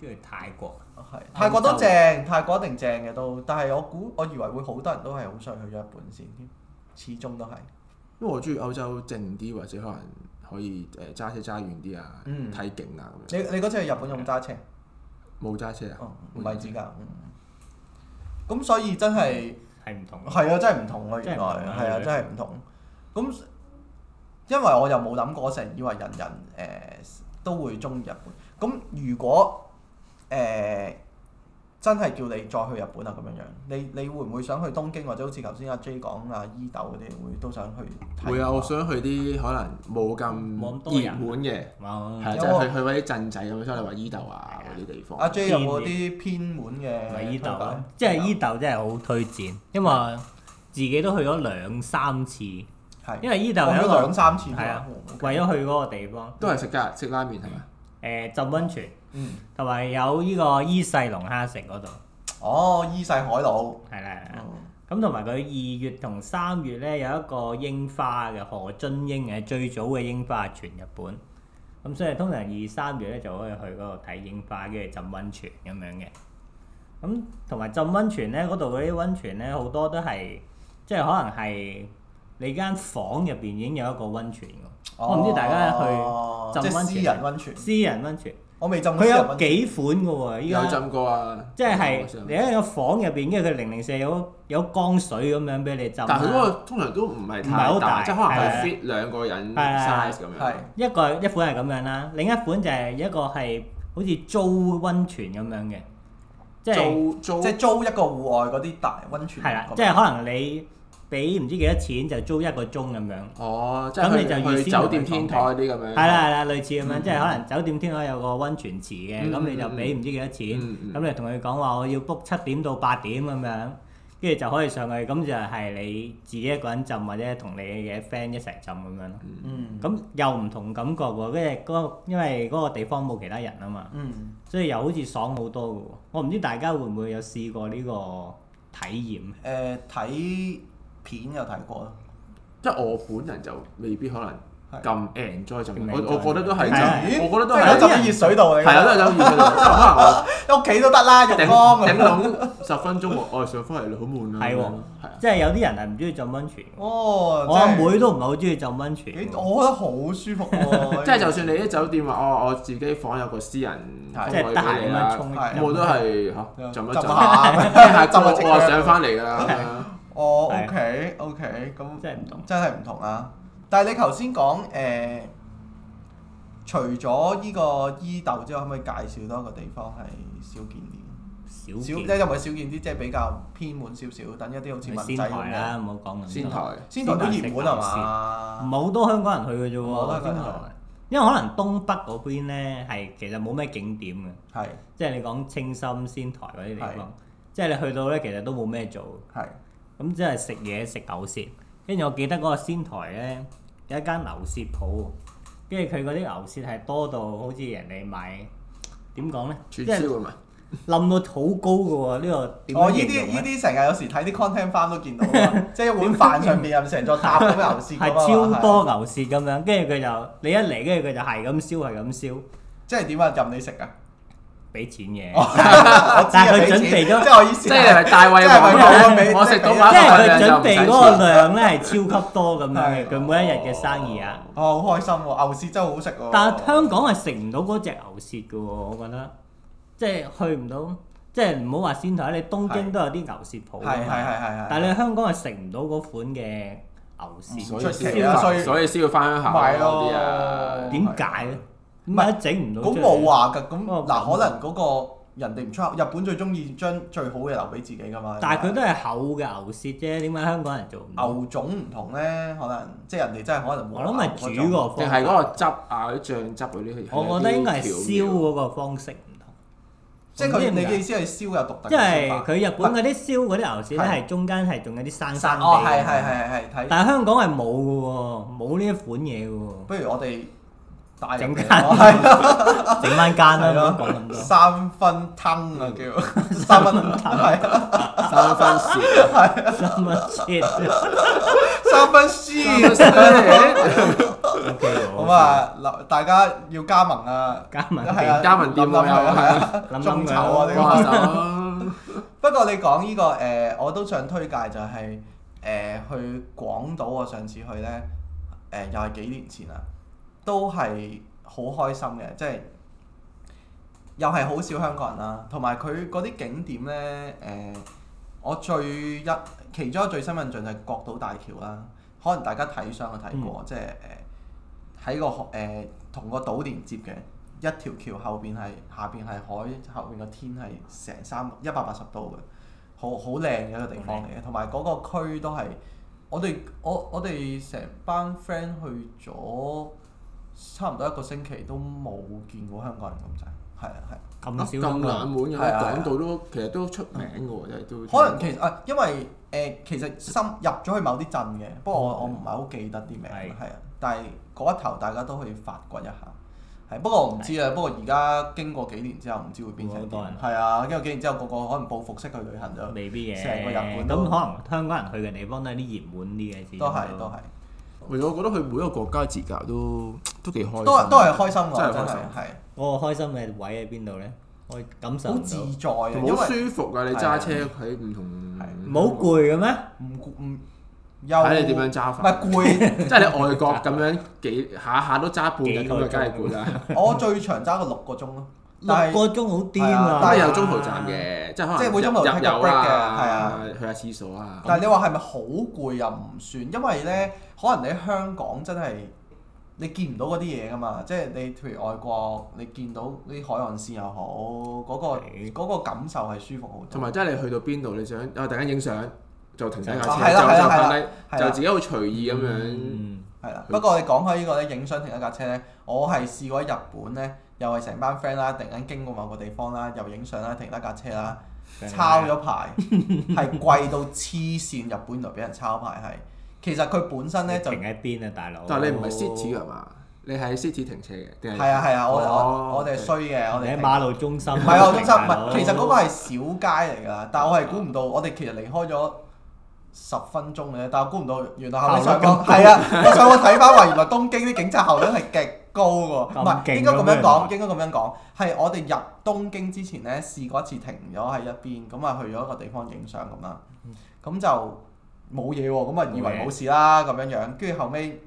[SPEAKER 2] 跟住泰國
[SPEAKER 1] 係泰國都正，泰國一定正嘅都，但係我估我以為會好多人都係好想去日本先添，始終都係。
[SPEAKER 3] 因為我中意歐洲靜啲，或者可能可以誒揸車揸遠啲啊，
[SPEAKER 1] 嗯
[SPEAKER 3] 睇景啊咁
[SPEAKER 1] 你
[SPEAKER 3] 樣。
[SPEAKER 1] 你嗰次去日本用揸車，
[SPEAKER 3] 冇揸車啊
[SPEAKER 1] 哦，唔係指甲，嗯咁所以真係
[SPEAKER 2] 係唔同，
[SPEAKER 1] 係啊，真係唔同啊，
[SPEAKER 2] 真
[SPEAKER 1] 原來
[SPEAKER 2] 係唔同啊
[SPEAKER 1] 係啊，
[SPEAKER 2] 你
[SPEAKER 1] 真係唔同。咁因為我又冇諗過，成日以為人人誒、都會中意日本。咁如果誒、真係叫你再去日本啊咁樣樣，你你會唔會想去東京或者好似頭先阿 J 講啊伊豆嗰啲，會都想去睇？
[SPEAKER 3] 會啊，我想去啲可能冇
[SPEAKER 2] 冇咁多
[SPEAKER 3] 咁
[SPEAKER 2] 人
[SPEAKER 1] 啊
[SPEAKER 3] 熱門嘅，
[SPEAKER 1] 嗯
[SPEAKER 3] 係啊
[SPEAKER 2] 係
[SPEAKER 3] 即係去去嗰啲鎮仔咁樣，所以你話伊豆啊嗰啲地方。
[SPEAKER 1] 阿 J 有冇啲偏門嘅
[SPEAKER 2] 咪伊豆
[SPEAKER 1] 推介
[SPEAKER 2] 咯，即係伊豆真係好推薦，因為我自己都去咗兩三次，因
[SPEAKER 1] 係，
[SPEAKER 2] 為伊豆
[SPEAKER 1] 我去
[SPEAKER 2] 有一
[SPEAKER 1] 咗兩
[SPEAKER 2] 個
[SPEAKER 1] 三次
[SPEAKER 2] 係啊
[SPEAKER 1] 嗯，，OK
[SPEAKER 2] 為咗去嗰個地方，
[SPEAKER 3] 都係食家食拉麵係咪？
[SPEAKER 2] 誒浸温泉，
[SPEAKER 1] 嗯，
[SPEAKER 2] 同埋有呢個伊勢龍蝦城嗰度，
[SPEAKER 1] 哦，伊勢海老，
[SPEAKER 2] 係啊啦係啦。
[SPEAKER 1] 嗯
[SPEAKER 2] 咁同埋佢二月同三月咧有一個櫻花嘅何津櫻嘅最早嘅櫻花係全日本，咁所以通常二三月咧就可以去嗰度睇櫻花，跟住浸温泉咁樣嘅。咁同埋浸温泉咧，嗰度嗰啲温泉咧好多都係即係可能係你間房入邊已經有一個温泉㗎，我唔知大家去
[SPEAKER 1] 哦
[SPEAKER 2] 浸
[SPEAKER 1] 即係
[SPEAKER 2] 溫
[SPEAKER 1] 私
[SPEAKER 2] 泉
[SPEAKER 1] 人温泉，
[SPEAKER 2] 私人温泉
[SPEAKER 1] 我未浸過
[SPEAKER 2] 佢
[SPEAKER 1] 私人
[SPEAKER 2] 有
[SPEAKER 1] 温泉。
[SPEAKER 2] 幾款㗎喎，依
[SPEAKER 3] 有
[SPEAKER 2] 家。
[SPEAKER 3] 浸過啊，
[SPEAKER 2] 即係
[SPEAKER 3] 有浸過
[SPEAKER 2] 你喺個房入邊，跟住佢零零舍有有江水咁樣俾你浸啊。
[SPEAKER 3] 但係佢嗰個通常都唔係
[SPEAKER 2] 唔係
[SPEAKER 3] 太
[SPEAKER 2] 好大
[SPEAKER 3] 大，即係可能
[SPEAKER 2] 係
[SPEAKER 3] 係
[SPEAKER 2] 啊
[SPEAKER 3] fit 兩個人
[SPEAKER 2] 係啊
[SPEAKER 3] size 咁樣。
[SPEAKER 1] 係
[SPEAKER 2] 一個一款係咁樣啦，另一款就係一個係好似租温泉咁樣嘅，即係
[SPEAKER 3] 租租
[SPEAKER 1] 即係租一個戶外嗰啲大温泉。
[SPEAKER 2] 係啦，即係可能你俾唔知幾多錢就租一個鐘咁樣，
[SPEAKER 3] 哦，即
[SPEAKER 2] 咁
[SPEAKER 3] 係
[SPEAKER 2] 你就
[SPEAKER 3] 去
[SPEAKER 2] 預
[SPEAKER 3] 去
[SPEAKER 2] 先
[SPEAKER 3] 酒
[SPEAKER 2] 同
[SPEAKER 3] 店
[SPEAKER 2] 佢
[SPEAKER 3] 天
[SPEAKER 2] 講
[SPEAKER 3] 台嗰啲咁樣。
[SPEAKER 2] 係啦係啦，類似咁樣，即係可能酒店天台有個温泉池嘅，
[SPEAKER 3] 嗯
[SPEAKER 2] 咁你就俾唔知幾多錢，
[SPEAKER 3] 嗯嗯
[SPEAKER 2] 咁你同佢講話我要 book 七點到八點咁樣。跟住就可以上去，咁就係你自己一個人浸，或者同你嘅 friend 一齊浸咁樣咯。
[SPEAKER 1] 嗯
[SPEAKER 2] 咁又唔同感覺喎，跟住嗰個因為嗰個地方冇其他人啊嘛，
[SPEAKER 1] 嗯，
[SPEAKER 2] 所以又好似爽好多嘅喎。我唔知大家會唔會有試過呢個體驗？
[SPEAKER 1] 誒睇片有睇過咯，
[SPEAKER 3] 即係我本人就未必可能
[SPEAKER 1] 係
[SPEAKER 3] 咁 enjoy 浸
[SPEAKER 2] 咁
[SPEAKER 3] 我
[SPEAKER 2] enjoy
[SPEAKER 3] 我覺得都係
[SPEAKER 2] 係啊
[SPEAKER 3] 浸，我覺得都
[SPEAKER 1] 係
[SPEAKER 3] 係
[SPEAKER 1] 有
[SPEAKER 3] 浸
[SPEAKER 1] 啲人熱水度嚟㗎。
[SPEAKER 3] 係啊，都係走 熱水度，即係可能我。
[SPEAKER 1] 屋企都得啦，浴
[SPEAKER 3] 頂
[SPEAKER 1] 缸咁
[SPEAKER 3] 頂
[SPEAKER 1] 樣。
[SPEAKER 3] 籠十分鐘，我我上翻嚟啦，好悶啊！
[SPEAKER 2] 係喎
[SPEAKER 3] 係啊，
[SPEAKER 2] 即係有啲人係唔中意浸温泉，
[SPEAKER 1] 嗯哦，
[SPEAKER 2] 我阿妹都唔係好中意浸温泉
[SPEAKER 1] 幾，
[SPEAKER 2] 喎，
[SPEAKER 1] 我覺得好舒服喎。
[SPEAKER 3] 即係就算你啲酒店話，我我自己房有個私人
[SPEAKER 1] 係
[SPEAKER 3] 房
[SPEAKER 2] 即係
[SPEAKER 3] 位
[SPEAKER 2] 得
[SPEAKER 3] 俾
[SPEAKER 2] 閒
[SPEAKER 3] 你
[SPEAKER 2] 咁樣
[SPEAKER 3] 啦，
[SPEAKER 2] 沖一
[SPEAKER 1] 係
[SPEAKER 3] 咁我都係嚇浸一 浸，
[SPEAKER 1] 下，
[SPEAKER 3] 聽
[SPEAKER 1] 浸下
[SPEAKER 3] 下歌，
[SPEAKER 1] 隻
[SPEAKER 3] 我
[SPEAKER 1] 腳
[SPEAKER 3] 上翻嚟㗎啦。
[SPEAKER 1] 哦
[SPEAKER 2] 係啊
[SPEAKER 1] ，OK OK，咁
[SPEAKER 2] 真係唔同。
[SPEAKER 1] 真係唔同啊！但係你頭先講誒，除咗呢個伊豆之外，可唔可以介紹多一個地方係少見啲？
[SPEAKER 2] 少
[SPEAKER 1] 少
[SPEAKER 2] 見
[SPEAKER 1] 咧又唔係少見啲，即係比較偏門少少，等一啲好似
[SPEAKER 2] 咪
[SPEAKER 1] 文
[SPEAKER 2] 仙
[SPEAKER 1] 仔
[SPEAKER 2] 台
[SPEAKER 1] 咁
[SPEAKER 2] 啦，
[SPEAKER 1] 樣。
[SPEAKER 2] 唔好講咁
[SPEAKER 3] 仙
[SPEAKER 2] 多
[SPEAKER 3] 台。
[SPEAKER 1] 仙台都熱門係
[SPEAKER 2] 唔
[SPEAKER 1] 嘛？
[SPEAKER 2] 係好多香港人去嘅啫
[SPEAKER 1] 唔係好
[SPEAKER 2] 喎，
[SPEAKER 1] 多香
[SPEAKER 2] 仙
[SPEAKER 1] 港人
[SPEAKER 2] 台。因為可能東北嗰邊咧係其實冇咩景點嘅，
[SPEAKER 1] 係
[SPEAKER 2] 即係你講清心、仙台嗰啲地
[SPEAKER 1] 係
[SPEAKER 2] 方，即係你去到咧其實都冇咩做。
[SPEAKER 1] 係
[SPEAKER 2] 咁即係食嘢食牛舌，跟住我記得嗰個仙台咧有一間牛舌鋪，跟住佢嗰啲牛舌係多到好似人哋買點講咧，
[SPEAKER 3] 串
[SPEAKER 2] 即
[SPEAKER 3] 燒
[SPEAKER 2] 係
[SPEAKER 3] 㗎嘛，
[SPEAKER 2] 冧到好高嘅喎，呢個點樣
[SPEAKER 1] 我哦呢
[SPEAKER 2] 形
[SPEAKER 1] 啲
[SPEAKER 2] 容
[SPEAKER 1] 呢
[SPEAKER 2] 呢
[SPEAKER 1] 啲成日有時睇啲 content farm 都見到 啊，即係一碗飯上面有啊成座塔咁嘅牛舌㗎嘛
[SPEAKER 2] 係超，多牛舌咁樣，跟住佢就你一嚟，跟住佢就係咁燒係咁燒，
[SPEAKER 1] 即係點啊？任你食 啊！
[SPEAKER 2] 俾錢嘅，
[SPEAKER 1] 我知啊
[SPEAKER 2] 但係佢
[SPEAKER 1] 俾
[SPEAKER 2] 準
[SPEAKER 1] 錢
[SPEAKER 2] 備咗
[SPEAKER 1] 即係我意思
[SPEAKER 3] 即係係大胃
[SPEAKER 1] 即係咪
[SPEAKER 3] 王，
[SPEAKER 1] 我
[SPEAKER 3] 我
[SPEAKER 1] 俾
[SPEAKER 3] 食到
[SPEAKER 1] 即
[SPEAKER 3] 飽
[SPEAKER 2] 即係
[SPEAKER 3] 個
[SPEAKER 2] 佢
[SPEAKER 3] 份量
[SPEAKER 2] 準
[SPEAKER 3] 就唔
[SPEAKER 2] 備
[SPEAKER 3] 使
[SPEAKER 2] 嗰個
[SPEAKER 3] 錢。
[SPEAKER 2] 量咧係超級多咁樣嘅，
[SPEAKER 1] 係
[SPEAKER 2] 佢每一日嘅生意啊。
[SPEAKER 1] 哦，好開心喎！牛舌真係好好食喎。
[SPEAKER 2] 但係香港係食唔到嗰只牛舌嘅喎，我覺得，即係去唔到，即係唔好話仙台，你東京都有啲牛舌鋪㗎
[SPEAKER 1] 係係
[SPEAKER 2] 嘛
[SPEAKER 1] 係係係。
[SPEAKER 2] 但係你香港係食唔到嗰款嘅牛舌，
[SPEAKER 3] 所
[SPEAKER 1] 出
[SPEAKER 3] 以
[SPEAKER 1] 奇
[SPEAKER 3] 先
[SPEAKER 1] 啊所以
[SPEAKER 3] 要所以先要翻鄉下
[SPEAKER 1] 咪
[SPEAKER 3] 嗰
[SPEAKER 1] 係咯
[SPEAKER 3] 啲啊，
[SPEAKER 2] 點解咧？點解整唔到出
[SPEAKER 1] 咁
[SPEAKER 2] 嚟？
[SPEAKER 1] 冇啊話㗎，咁
[SPEAKER 2] 哦
[SPEAKER 1] 嗱，可能嗰個人哋唔出口，日本最中意將最好嘅留俾自己㗎嘛。
[SPEAKER 2] 但係佢都係厚嘅牛舌啫，點解香港人做唔到？
[SPEAKER 1] 牛種唔同咧，可能即係人哋真係可能冇
[SPEAKER 2] 我諗係煮個方
[SPEAKER 3] 定係
[SPEAKER 2] 法，
[SPEAKER 3] 嗰個汁啊、啲醬汁嗰啲？
[SPEAKER 2] 我覺得應該係燒
[SPEAKER 3] 喎。
[SPEAKER 2] 嗰個方式唔同。
[SPEAKER 1] 即係佢
[SPEAKER 2] 唔知
[SPEAKER 1] 你
[SPEAKER 2] 點
[SPEAKER 1] 嘅
[SPEAKER 2] 解
[SPEAKER 1] 意思係燒有獨特
[SPEAKER 2] 因
[SPEAKER 1] 嘅
[SPEAKER 2] 為
[SPEAKER 1] 燒法
[SPEAKER 2] 佢日本嗰啲燒嗰啲牛舌咧，
[SPEAKER 1] 係
[SPEAKER 2] 係中間係仲有啲生生地
[SPEAKER 1] 哦，係
[SPEAKER 2] 㗎
[SPEAKER 1] 係
[SPEAKER 2] 嘛
[SPEAKER 1] 係係係睇。
[SPEAKER 2] 但係香港係冇嘅喎，冇呢一款嘢嘅
[SPEAKER 1] 不如我哋帶入
[SPEAKER 2] 整
[SPEAKER 1] 嚟
[SPEAKER 2] 間
[SPEAKER 1] 咯， 係啊
[SPEAKER 2] 喎，整翻間啦，
[SPEAKER 1] 係
[SPEAKER 2] 唔
[SPEAKER 1] 咯
[SPEAKER 2] 好講咁多。
[SPEAKER 1] 三分吞啊叫三分吞係啊
[SPEAKER 3] 三分時，
[SPEAKER 2] 三蚊切
[SPEAKER 1] 三分啊輸。
[SPEAKER 2] ，OK
[SPEAKER 1] 咁，啊，嗱，大家要加盟啊！
[SPEAKER 2] 加埋
[SPEAKER 1] 係啊，
[SPEAKER 3] 加盟店
[SPEAKER 1] 諗諗
[SPEAKER 3] 喎又
[SPEAKER 1] 佢係啊，
[SPEAKER 2] 諗諗
[SPEAKER 1] 眾籌啊！
[SPEAKER 2] 佢咯
[SPEAKER 1] 呢個
[SPEAKER 3] 幫手。
[SPEAKER 1] 不過你講呢個誒，我都想推介就係誒去廣島，我上次去咧誒又係幾年前啦，都係好開心嘅，即係又係好少香港人啦，同埋佢嗰啲景點咧誒，我最一其中一個最深印象就係國島大橋啦，可能大家睇相我睇過，即係誒。喺個河誒同個島連接嘅一條橋後邊係下邊係海，後邊個天係成三一百八十度嘅，好好靚嘅一個地方嚟嘅，同埋嗰個區都係我哋我我哋成班 friend 去咗差唔多一個星期都冇見過香港人咁滯，係啊係啊。
[SPEAKER 2] 咁
[SPEAKER 3] 啊
[SPEAKER 2] 少
[SPEAKER 3] 咁冷門嘅，
[SPEAKER 1] 係啊係啊
[SPEAKER 3] 講到都其實都出名嘅喎，真係都
[SPEAKER 1] 可能其實啊，因為誒、呃其實深入咗去某啲鎮嘅，不過我我唔係好記得啲名，
[SPEAKER 2] 係
[SPEAKER 1] 係啊，但係嗰一頭大家都可以發掘一下。係，不過我唔知啊。不過而家經過幾年之後，唔知會變成
[SPEAKER 2] 會好多人
[SPEAKER 1] 點。係啊，經過幾年之後，個個可能報復式去旅行咗，
[SPEAKER 2] 未必嘅。
[SPEAKER 1] 成個日本
[SPEAKER 2] 咁
[SPEAKER 1] 都
[SPEAKER 2] 可能香港人去嘅地方都係啲熱門啲嘅，始終
[SPEAKER 1] 都係都係，
[SPEAKER 3] 其實我覺得去每一個國家自駕都都幾開心，
[SPEAKER 1] 都係都係開心
[SPEAKER 3] 真
[SPEAKER 1] 㗎，
[SPEAKER 3] 係
[SPEAKER 1] 真
[SPEAKER 3] 開
[SPEAKER 1] 係
[SPEAKER 3] 心。
[SPEAKER 1] 係。
[SPEAKER 2] 我個開心嘅位喺邊度咧？我感受
[SPEAKER 1] 好
[SPEAKER 2] 唔
[SPEAKER 1] 自
[SPEAKER 2] 到，
[SPEAKER 1] 在啊，因
[SPEAKER 3] 好
[SPEAKER 1] 為啊
[SPEAKER 3] 舒服㗎！你揸車喺唔同，
[SPEAKER 1] 係
[SPEAKER 2] 唔好攰嘅咩？
[SPEAKER 1] 唔唔又
[SPEAKER 3] 睇你點樣揸
[SPEAKER 1] 唔
[SPEAKER 3] 法。
[SPEAKER 1] 係攰。
[SPEAKER 3] 即係你外國咁樣幾下下都揸半日
[SPEAKER 2] 幾
[SPEAKER 3] 咁
[SPEAKER 2] 個
[SPEAKER 3] 就
[SPEAKER 2] 鐘
[SPEAKER 3] 梗係攰啦。
[SPEAKER 1] 我最長揸過六個鐘咯，
[SPEAKER 2] 六
[SPEAKER 1] 但係
[SPEAKER 2] 個鐘好癲
[SPEAKER 1] 係啊
[SPEAKER 2] 啊！
[SPEAKER 3] 但係有中途站
[SPEAKER 2] Ừ.
[SPEAKER 3] 嘅，即係可能
[SPEAKER 1] 即係會中途
[SPEAKER 3] 入
[SPEAKER 1] take a
[SPEAKER 3] 入油
[SPEAKER 1] break 嘅係啊
[SPEAKER 3] 啊，去下廁所啊。
[SPEAKER 1] 但係你話係咪好攰又唔算，因為咧，可能你喺香港真係你見唔到嗰啲嘢噶嘛，即係你譬如外國，你見到啲海岸線又好，嗰、個
[SPEAKER 2] 係
[SPEAKER 1] 嗰個感受係舒服好
[SPEAKER 3] 同
[SPEAKER 1] 多。
[SPEAKER 3] 埋即係你去到邊度，你想啊突然間影相就停低架車，
[SPEAKER 1] 啊係啦係啦係啦係
[SPEAKER 3] 就就瞓低，就
[SPEAKER 1] 啦
[SPEAKER 3] 自己好隨意咁樣。
[SPEAKER 2] 嗯
[SPEAKER 1] 係啦，不過你講開呢個咧，影相停一架車咧，我係試過喺日本咧，又係成班 friend 啦，突然間經過某個地方啦，又影相啦，停一架車啦，
[SPEAKER 3] 啊
[SPEAKER 1] 抄咗 牌，係貴到黐線，日本就俾人抄牌係。其實佢本身咧就
[SPEAKER 2] 停喺邊啊，大佬？
[SPEAKER 3] 但係你唔係 city 㗎嘛？你喺 city 停車嘅定係？
[SPEAKER 1] 係啊係啊，我
[SPEAKER 3] 哦
[SPEAKER 1] 我我哋衰嘅，我
[SPEAKER 2] 你
[SPEAKER 1] 哋
[SPEAKER 2] 喺
[SPEAKER 1] 停
[SPEAKER 2] 馬路中心。
[SPEAKER 1] 唔係 我中心，唔
[SPEAKER 2] 大佬
[SPEAKER 1] 係其實嗰個係小街嚟㗎，但係我係估唔到，我哋其實離開咗十分鐘嘅，但係我估唔到原來後尾上網係啊，我上網睇翻話原來東京啲警察效率係極高 喎，
[SPEAKER 2] 咁
[SPEAKER 1] 唔係
[SPEAKER 2] 勁
[SPEAKER 1] 應該咁
[SPEAKER 2] 嘅咩
[SPEAKER 1] 樣啊講，應該咁樣講，係我哋入東京之前咧試過一次停咗喺一邊，咁啊去咗一個地方影相咁啦，咁就冇嘢喎，咁啊以為嗯冇事啦咁樣樣，跟住後尾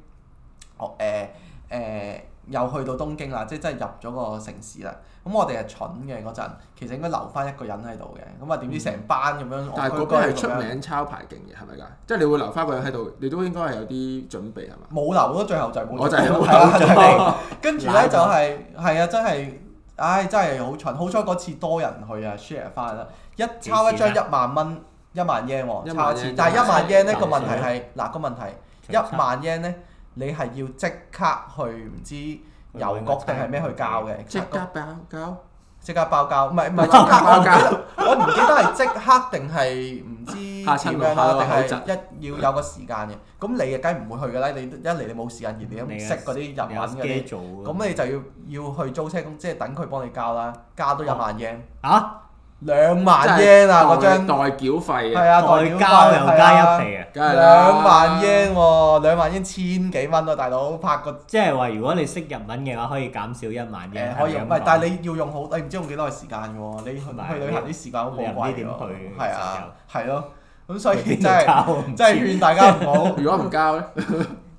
[SPEAKER 1] 我呃誒誒又去到東京啦，即係真係入咗個城市啦。咁我哋係蠢嘅嗰陣，其實應該留翻一個人喺度嘅。咁啊點知成班咁樣，
[SPEAKER 3] 嗯但係
[SPEAKER 1] 戇居
[SPEAKER 3] 嗰
[SPEAKER 1] 居
[SPEAKER 3] 邊係出
[SPEAKER 1] 咁樣
[SPEAKER 3] 名抄牌勁嘅，係咪㗎？即係你會留翻個人喺度，你都應該係有啲準備係嘛？
[SPEAKER 1] 冇留咯，最後就係冇留。
[SPEAKER 3] 我就係冇留
[SPEAKER 1] 係啊
[SPEAKER 3] 咗
[SPEAKER 1] 就 係跟住咧就係係啊，真係，唉，真係好蠢。好彩嗰次多人去啊，share 翻啦。一抄一張
[SPEAKER 2] 幾
[SPEAKER 1] 一
[SPEAKER 2] 錢啊
[SPEAKER 1] 萬蚊，一萬 yen 喎，
[SPEAKER 3] 一萬
[SPEAKER 1] 抄一次
[SPEAKER 3] yen。
[SPEAKER 1] 但係一萬 yen 咧
[SPEAKER 2] 抄
[SPEAKER 1] 個
[SPEAKER 2] 一次
[SPEAKER 1] 問題係嗱個問題。一萬 yen 咧，你係要即刻去唔知郵局定係咩去交嘅，
[SPEAKER 3] 即刻包膠，
[SPEAKER 1] 即刻包交，唔係唔係即
[SPEAKER 3] 包
[SPEAKER 1] 刻
[SPEAKER 3] 包膠。
[SPEAKER 1] 我唔記得係即刻定係唔知點樣啦，定係一要有個時間嘅。咁你啊，梗係唔會去㗎啦。你一嚟你冇時間，而你都唔識嗰啲日文嗰啲，
[SPEAKER 2] 啲
[SPEAKER 1] 咁你就要要去租車公，即係等佢幫你交啦，交都一萬 yen，
[SPEAKER 2] 啊
[SPEAKER 1] 兩萬 yen 啊嗰
[SPEAKER 3] 即係
[SPEAKER 1] 張，
[SPEAKER 3] 代繳費
[SPEAKER 1] 係
[SPEAKER 3] 啊，
[SPEAKER 1] 啊，
[SPEAKER 2] 外
[SPEAKER 1] 代繳費
[SPEAKER 2] 交又
[SPEAKER 1] à.
[SPEAKER 2] 加一皮啊！
[SPEAKER 3] 梗係啦
[SPEAKER 1] 兩萬 yen 喎，兩萬 yen 千幾蚊喎，大佬拍個
[SPEAKER 2] 即係話，如果你識日文嘅話，可以減少一萬嘅。
[SPEAKER 1] 誒可以用，唔
[SPEAKER 2] 啊
[SPEAKER 1] 係，但係你要用好，你唔知用幾耐時間嘅喎。你去
[SPEAKER 2] 唔係
[SPEAKER 1] 去旅行啲時間好寶貴
[SPEAKER 2] 你又唔知
[SPEAKER 1] 喎
[SPEAKER 2] 點去，
[SPEAKER 1] 係啊，係咯。咁所 以
[SPEAKER 2] 邊度
[SPEAKER 1] 真係
[SPEAKER 2] 交唔知
[SPEAKER 1] 真係勸大家唔好
[SPEAKER 3] 如果唔交咧，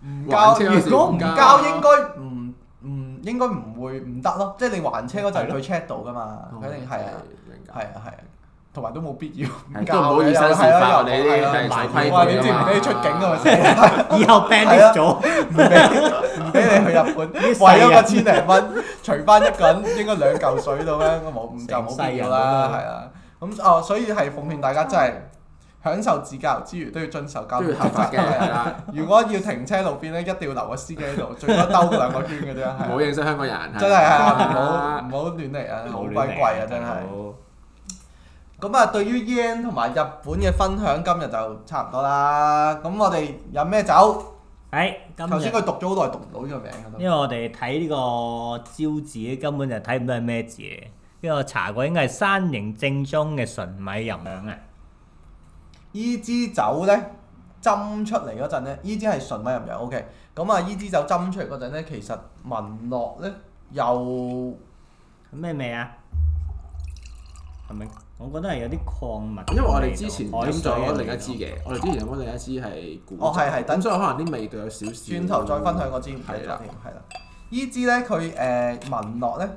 [SPEAKER 1] 唔
[SPEAKER 3] 還
[SPEAKER 1] 交，
[SPEAKER 3] 車
[SPEAKER 1] 如
[SPEAKER 3] 嗰時
[SPEAKER 1] 果唔
[SPEAKER 3] 唔交
[SPEAKER 1] 交應該唔唔應該唔會唔得咯，即係你還車嗰陣佢 check 到㗎嘛，
[SPEAKER 3] 哦
[SPEAKER 1] 肯定係啊，
[SPEAKER 3] 明
[SPEAKER 1] 係
[SPEAKER 3] 白。
[SPEAKER 1] 啊係啊，同埋都冇必要唔
[SPEAKER 3] 係
[SPEAKER 1] 交
[SPEAKER 3] 都唔好
[SPEAKER 1] 嘅
[SPEAKER 3] 以身試
[SPEAKER 1] 係啊
[SPEAKER 3] 法，
[SPEAKER 1] 又
[SPEAKER 3] 你
[SPEAKER 1] 係啊
[SPEAKER 3] 呢啲係
[SPEAKER 2] 買
[SPEAKER 3] 守規矩
[SPEAKER 1] 哇！你知唔知你出境啊？咪死啦
[SPEAKER 2] 以後 ban
[SPEAKER 1] 係啊
[SPEAKER 2] list 咗，
[SPEAKER 1] 唔俾唔俾你去日本，為
[SPEAKER 2] 啲
[SPEAKER 1] 咗
[SPEAKER 2] 細
[SPEAKER 1] 個
[SPEAKER 2] 人
[SPEAKER 1] 千零蚊，除翻一個人應該兩嚿水到啦，冇唔就冇必
[SPEAKER 2] 成世人
[SPEAKER 1] 要啦，
[SPEAKER 2] 咁啊
[SPEAKER 1] 係啊。咁哦，所以係奉勸大家真係享受自駕遊之餘都要遵守交
[SPEAKER 3] 都
[SPEAKER 1] 通
[SPEAKER 3] 要合法
[SPEAKER 1] 規
[SPEAKER 3] 嘅，
[SPEAKER 1] 則係
[SPEAKER 3] 係
[SPEAKER 1] 啊
[SPEAKER 3] 啦，
[SPEAKER 1] 如果要停車路邊咧，一定要留個司機喺度，最多兜兩個圈嘅啫，係
[SPEAKER 3] 唔好
[SPEAKER 1] 啊。
[SPEAKER 3] 認識香港人。
[SPEAKER 1] 真係係啊，唔好唔好亂嚟啊，好
[SPEAKER 2] 冇
[SPEAKER 1] 鬼
[SPEAKER 2] 亂嚟
[SPEAKER 1] 貴啊，真係。咁啊，對於 yen 同埋日本嘅分享，今日就差唔多啦。咁我哋飲咩
[SPEAKER 2] 係
[SPEAKER 1] 酒？頭
[SPEAKER 2] 哎今
[SPEAKER 1] 先
[SPEAKER 2] 日
[SPEAKER 1] 佢讀咗好耐，讀唔到呢個名喺度
[SPEAKER 2] 因為我哋睇呢個招字根本就睇唔到係咩字嚟，因為我查過應該係山形正宗嘅純米吟釀啊。
[SPEAKER 1] 依 E 支酒咧斟出嚟嗰陣咧，依支係純米入釀，OK。咁啊，依支酒斟出嚟嗰陣咧，其實聞落咧又
[SPEAKER 2] 咩味啊？係咪？我覺得係有啲礦物嘅味道。
[SPEAKER 3] 因為我哋之前
[SPEAKER 2] 海
[SPEAKER 3] 飲
[SPEAKER 2] 水嘅
[SPEAKER 3] 咗
[SPEAKER 2] 味
[SPEAKER 3] 另
[SPEAKER 2] 道
[SPEAKER 3] 一支嘅，我哋之前飲咗另一支係古。
[SPEAKER 1] 哦係係等
[SPEAKER 3] 咁所以可能啲味道有少少。
[SPEAKER 1] 轉頭再分享嗰支唔記得咗
[SPEAKER 3] 係
[SPEAKER 1] 添，
[SPEAKER 3] 啦，
[SPEAKER 1] 係啦。依支咧佢誒聞落咧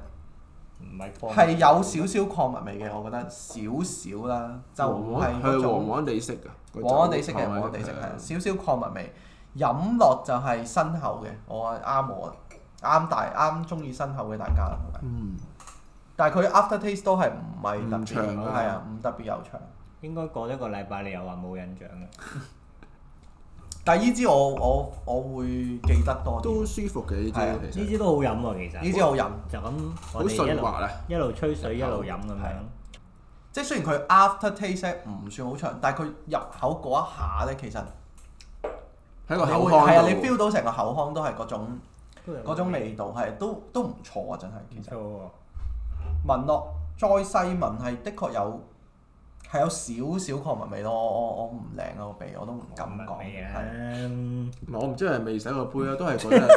[SPEAKER 2] 唔係礦物
[SPEAKER 1] 係有少少礦物味嘅，我覺得少少啦，就唔係
[SPEAKER 3] 黃黃
[SPEAKER 1] 嗰
[SPEAKER 3] 佢
[SPEAKER 1] 種
[SPEAKER 3] 黃黃地色㗎。個酒
[SPEAKER 1] 黃黃地色嘅
[SPEAKER 3] 黃
[SPEAKER 1] 黃黃
[SPEAKER 3] 黃
[SPEAKER 1] 地色
[SPEAKER 3] 係啊
[SPEAKER 1] 係少少礦物味，飲落就係辛口嘅，我啱我啱大啱中意辛口嘅大家啦。係咪
[SPEAKER 3] 嗯，
[SPEAKER 1] 但係佢 after taste 都係唔係特別，
[SPEAKER 3] 唔長啊
[SPEAKER 1] 係啊，唔特別悠長。
[SPEAKER 2] 應該過咗一個禮拜，你又話冇印象嘅。
[SPEAKER 1] 但係依支我我我會記得多
[SPEAKER 3] 都
[SPEAKER 1] 啲，
[SPEAKER 3] 舒服嘅呢
[SPEAKER 1] 係啊
[SPEAKER 3] 支其
[SPEAKER 2] 呢
[SPEAKER 3] 實，
[SPEAKER 2] 支都好飲喎，其實。
[SPEAKER 1] 呢支好飲。
[SPEAKER 2] 就咁，
[SPEAKER 3] 好
[SPEAKER 2] 我哋一
[SPEAKER 3] 順
[SPEAKER 2] 路
[SPEAKER 3] 滑啊。
[SPEAKER 2] 一路吹水一路飲咁
[SPEAKER 1] 係
[SPEAKER 2] 樣
[SPEAKER 1] 啊。即係雖然佢 after taste 咧唔算好長，但係佢入口嗰一下咧，其實
[SPEAKER 3] 喺個
[SPEAKER 1] 你
[SPEAKER 3] 口
[SPEAKER 1] 會
[SPEAKER 3] 腔
[SPEAKER 1] 係啊，你
[SPEAKER 3] 度
[SPEAKER 1] feel 到成個口腔都係嗰種
[SPEAKER 2] 都有
[SPEAKER 1] 嗰種味道，係都都唔錯啊！真係
[SPEAKER 2] 唔
[SPEAKER 1] 其實
[SPEAKER 2] 錯喎。
[SPEAKER 1] 聞落再細聞係的確有係有少少礦物味咯。我我我唔靚啊個鼻，我都唔敢
[SPEAKER 2] 咁
[SPEAKER 1] 講。
[SPEAKER 2] 味啊
[SPEAKER 1] 係！
[SPEAKER 3] 唔係我唔知係未洗過杯啊，都係覺得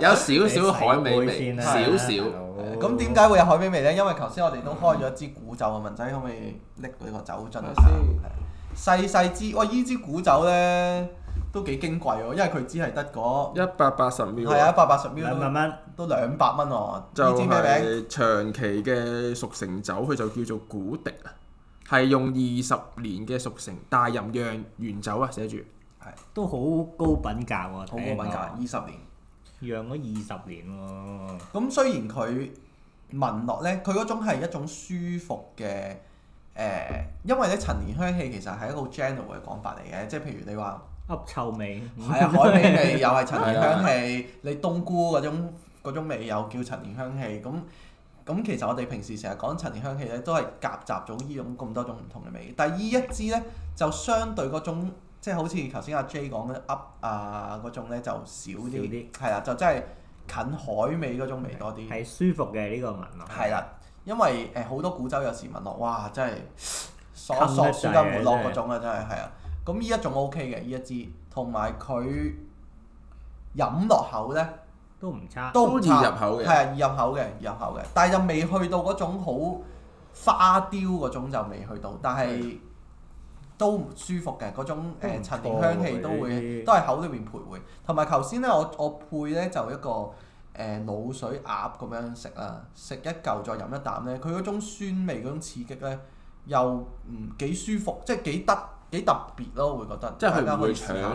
[SPEAKER 3] 有少有少少海味
[SPEAKER 2] 你洗杯
[SPEAKER 3] 味，
[SPEAKER 2] 先啦
[SPEAKER 3] 少少。
[SPEAKER 1] 咁點解會有海味味咧？因為頭先我哋都開咗支古酒啊，文仔可唔可以拎佢個酒樽
[SPEAKER 3] 睇下
[SPEAKER 1] 先？細細支，哇！依支古酒咧都幾矜貴喎，因為佢只係得嗰
[SPEAKER 3] 一百八十秒
[SPEAKER 1] 係啊一百八十 ml
[SPEAKER 2] 兩
[SPEAKER 1] 都
[SPEAKER 2] 百蚊？
[SPEAKER 1] 都兩百蚊喎。
[SPEAKER 3] 就
[SPEAKER 1] 呢支咩名？
[SPEAKER 3] 係長期嘅熟成酒，佢就叫做古迪啊，係用二十年嘅熟成大吟釀原酒啊，寫住
[SPEAKER 2] 都好高品格喎，
[SPEAKER 1] 好高品格，二十年。
[SPEAKER 2] 養咗二十年喎，
[SPEAKER 1] 咁雖然佢聞落咧，佢嗰種係一種舒服嘅誒、因為咧陳年香氣其實係一個好 general 嘅講法嚟嘅，即係譬如你話
[SPEAKER 2] 噏臭味，
[SPEAKER 1] 係啊海味味又係陳年香氣，你冬菇嗰種嗰種味又叫陳年香氣，咁咁其實我哋平時成日講陳年香氣咧，都係夾雜咗呢種咁多種唔同嘅味，但係依一支咧就相對嗰種。即係好似頭先阿 J 講嘅噏啊嗰種咧就少
[SPEAKER 2] 少
[SPEAKER 1] 啲
[SPEAKER 2] 啲，
[SPEAKER 1] 係啦，就真係近海味嗰種味多啲。
[SPEAKER 2] 係舒服嘅呢個聞落。
[SPEAKER 1] 係啦，因為誒好多古州有時聞落，哇！真係索
[SPEAKER 2] 冚
[SPEAKER 1] 索
[SPEAKER 2] 得
[SPEAKER 1] 舒
[SPEAKER 2] 滯
[SPEAKER 1] 筋活
[SPEAKER 2] 啊真
[SPEAKER 1] 絡
[SPEAKER 2] 係
[SPEAKER 1] 嗰種啊，真係係啊。咁呢一種 O K 嘅呢一支，同埋佢飲落口咧
[SPEAKER 2] 都唔差。
[SPEAKER 1] 都唔
[SPEAKER 3] 易
[SPEAKER 1] 差
[SPEAKER 3] 入口嘅
[SPEAKER 1] 係啊易入口嘅易入口嘅，但係就未去到嗰種好花雕嗰種就未去到，但係。都唔舒服嘅嗰種
[SPEAKER 2] 都唔
[SPEAKER 1] 誒
[SPEAKER 2] 錯
[SPEAKER 1] 陳年香氣
[SPEAKER 2] 喎
[SPEAKER 1] 都
[SPEAKER 2] 呢
[SPEAKER 1] 會
[SPEAKER 2] 啲
[SPEAKER 1] 都係口裏邊徘徊，同埋頭先咧我我配咧就一個誒滷水鴨咁樣食啦，食一嚿再飲一啖咧，佢嗰種酸味嗰種刺激咧，又唔幾舒服，即係幾得幾特別咯，會覺得
[SPEAKER 3] 即係
[SPEAKER 1] 大
[SPEAKER 3] 佢
[SPEAKER 1] 家
[SPEAKER 3] 唔
[SPEAKER 1] 可以
[SPEAKER 3] 會
[SPEAKER 1] 試
[SPEAKER 3] 搶
[SPEAKER 1] 下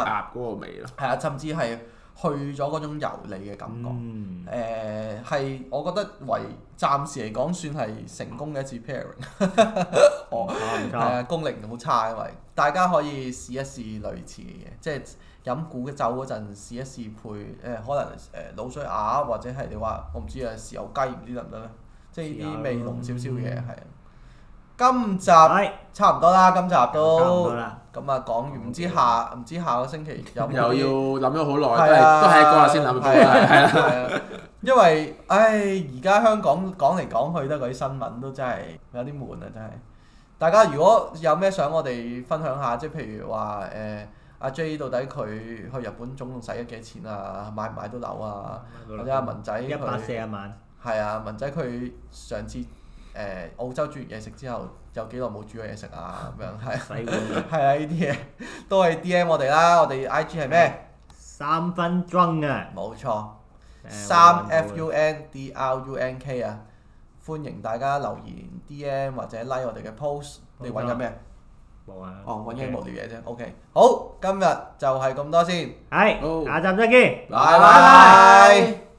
[SPEAKER 3] 到
[SPEAKER 1] 係啊
[SPEAKER 3] 鴨嗰個味咯。
[SPEAKER 1] 係啊，甚至係去咗嗰種油膩嘅感覺。
[SPEAKER 2] 嗯，
[SPEAKER 1] 誒係、我覺得為暫時嚟講算係成功嘅一次 pairing。
[SPEAKER 2] 唔錯唔
[SPEAKER 1] 係
[SPEAKER 2] 錯。
[SPEAKER 1] 啊，功力好差，因為大家可以試一試類似嘅嘢，即係飲古酒嗰陣試一試配誒、可能誒、滷水鴨或者係你話我唔知啊豉油雞唔知得唔得咧？即係呢啲味濃少少嘅嘢係啊。今集
[SPEAKER 2] 係
[SPEAKER 1] 差唔多啦，今集
[SPEAKER 2] 差唔
[SPEAKER 1] 都
[SPEAKER 2] 多啦
[SPEAKER 1] 咁啊講完，唔知下唔知下個星期有冇
[SPEAKER 3] 又
[SPEAKER 1] 啲
[SPEAKER 3] 要諗咗好耐，都
[SPEAKER 1] 係
[SPEAKER 3] 係
[SPEAKER 1] 啊，
[SPEAKER 3] 哦都係嗰下先諗
[SPEAKER 1] 係啊
[SPEAKER 3] 嘅，係啊。
[SPEAKER 1] 係啊，因為唉，而家香港講嚟講去都係嗰啲新聞，都真係有啲悶啊！真係。大家如果有咩想我哋分享下，即係譬如話誒。阿 J 到底佢去日本總共使咗幾錢啊？買唔買到樓啊？或者阿文仔
[SPEAKER 2] 一百四
[SPEAKER 1] 佢
[SPEAKER 2] 十萬，
[SPEAKER 1] 係啊，文仔佢上次誒、澳洲煮完嘢食之後，有幾耐冇煮過嘢食啊？咁樣 係
[SPEAKER 2] 洗碗
[SPEAKER 1] 係啊，呢啲嘢都係 D M 我哋啦。我哋 I G 係咩？
[SPEAKER 2] 三分鐘啊！
[SPEAKER 1] 冇錯。
[SPEAKER 2] 誒
[SPEAKER 1] 三
[SPEAKER 2] 我
[SPEAKER 1] F
[SPEAKER 2] 揾到
[SPEAKER 1] U N D R U N K 啊！歡迎大家留言 D M 或者 like 我哋嘅 post。你揾緊咩？
[SPEAKER 2] 冇啊！
[SPEAKER 1] 哦，揾緊無聊嘢啫。OK，好，今日就係咁多先，
[SPEAKER 2] 係，
[SPEAKER 3] 好
[SPEAKER 2] 下集再見。
[SPEAKER 1] 拜拜。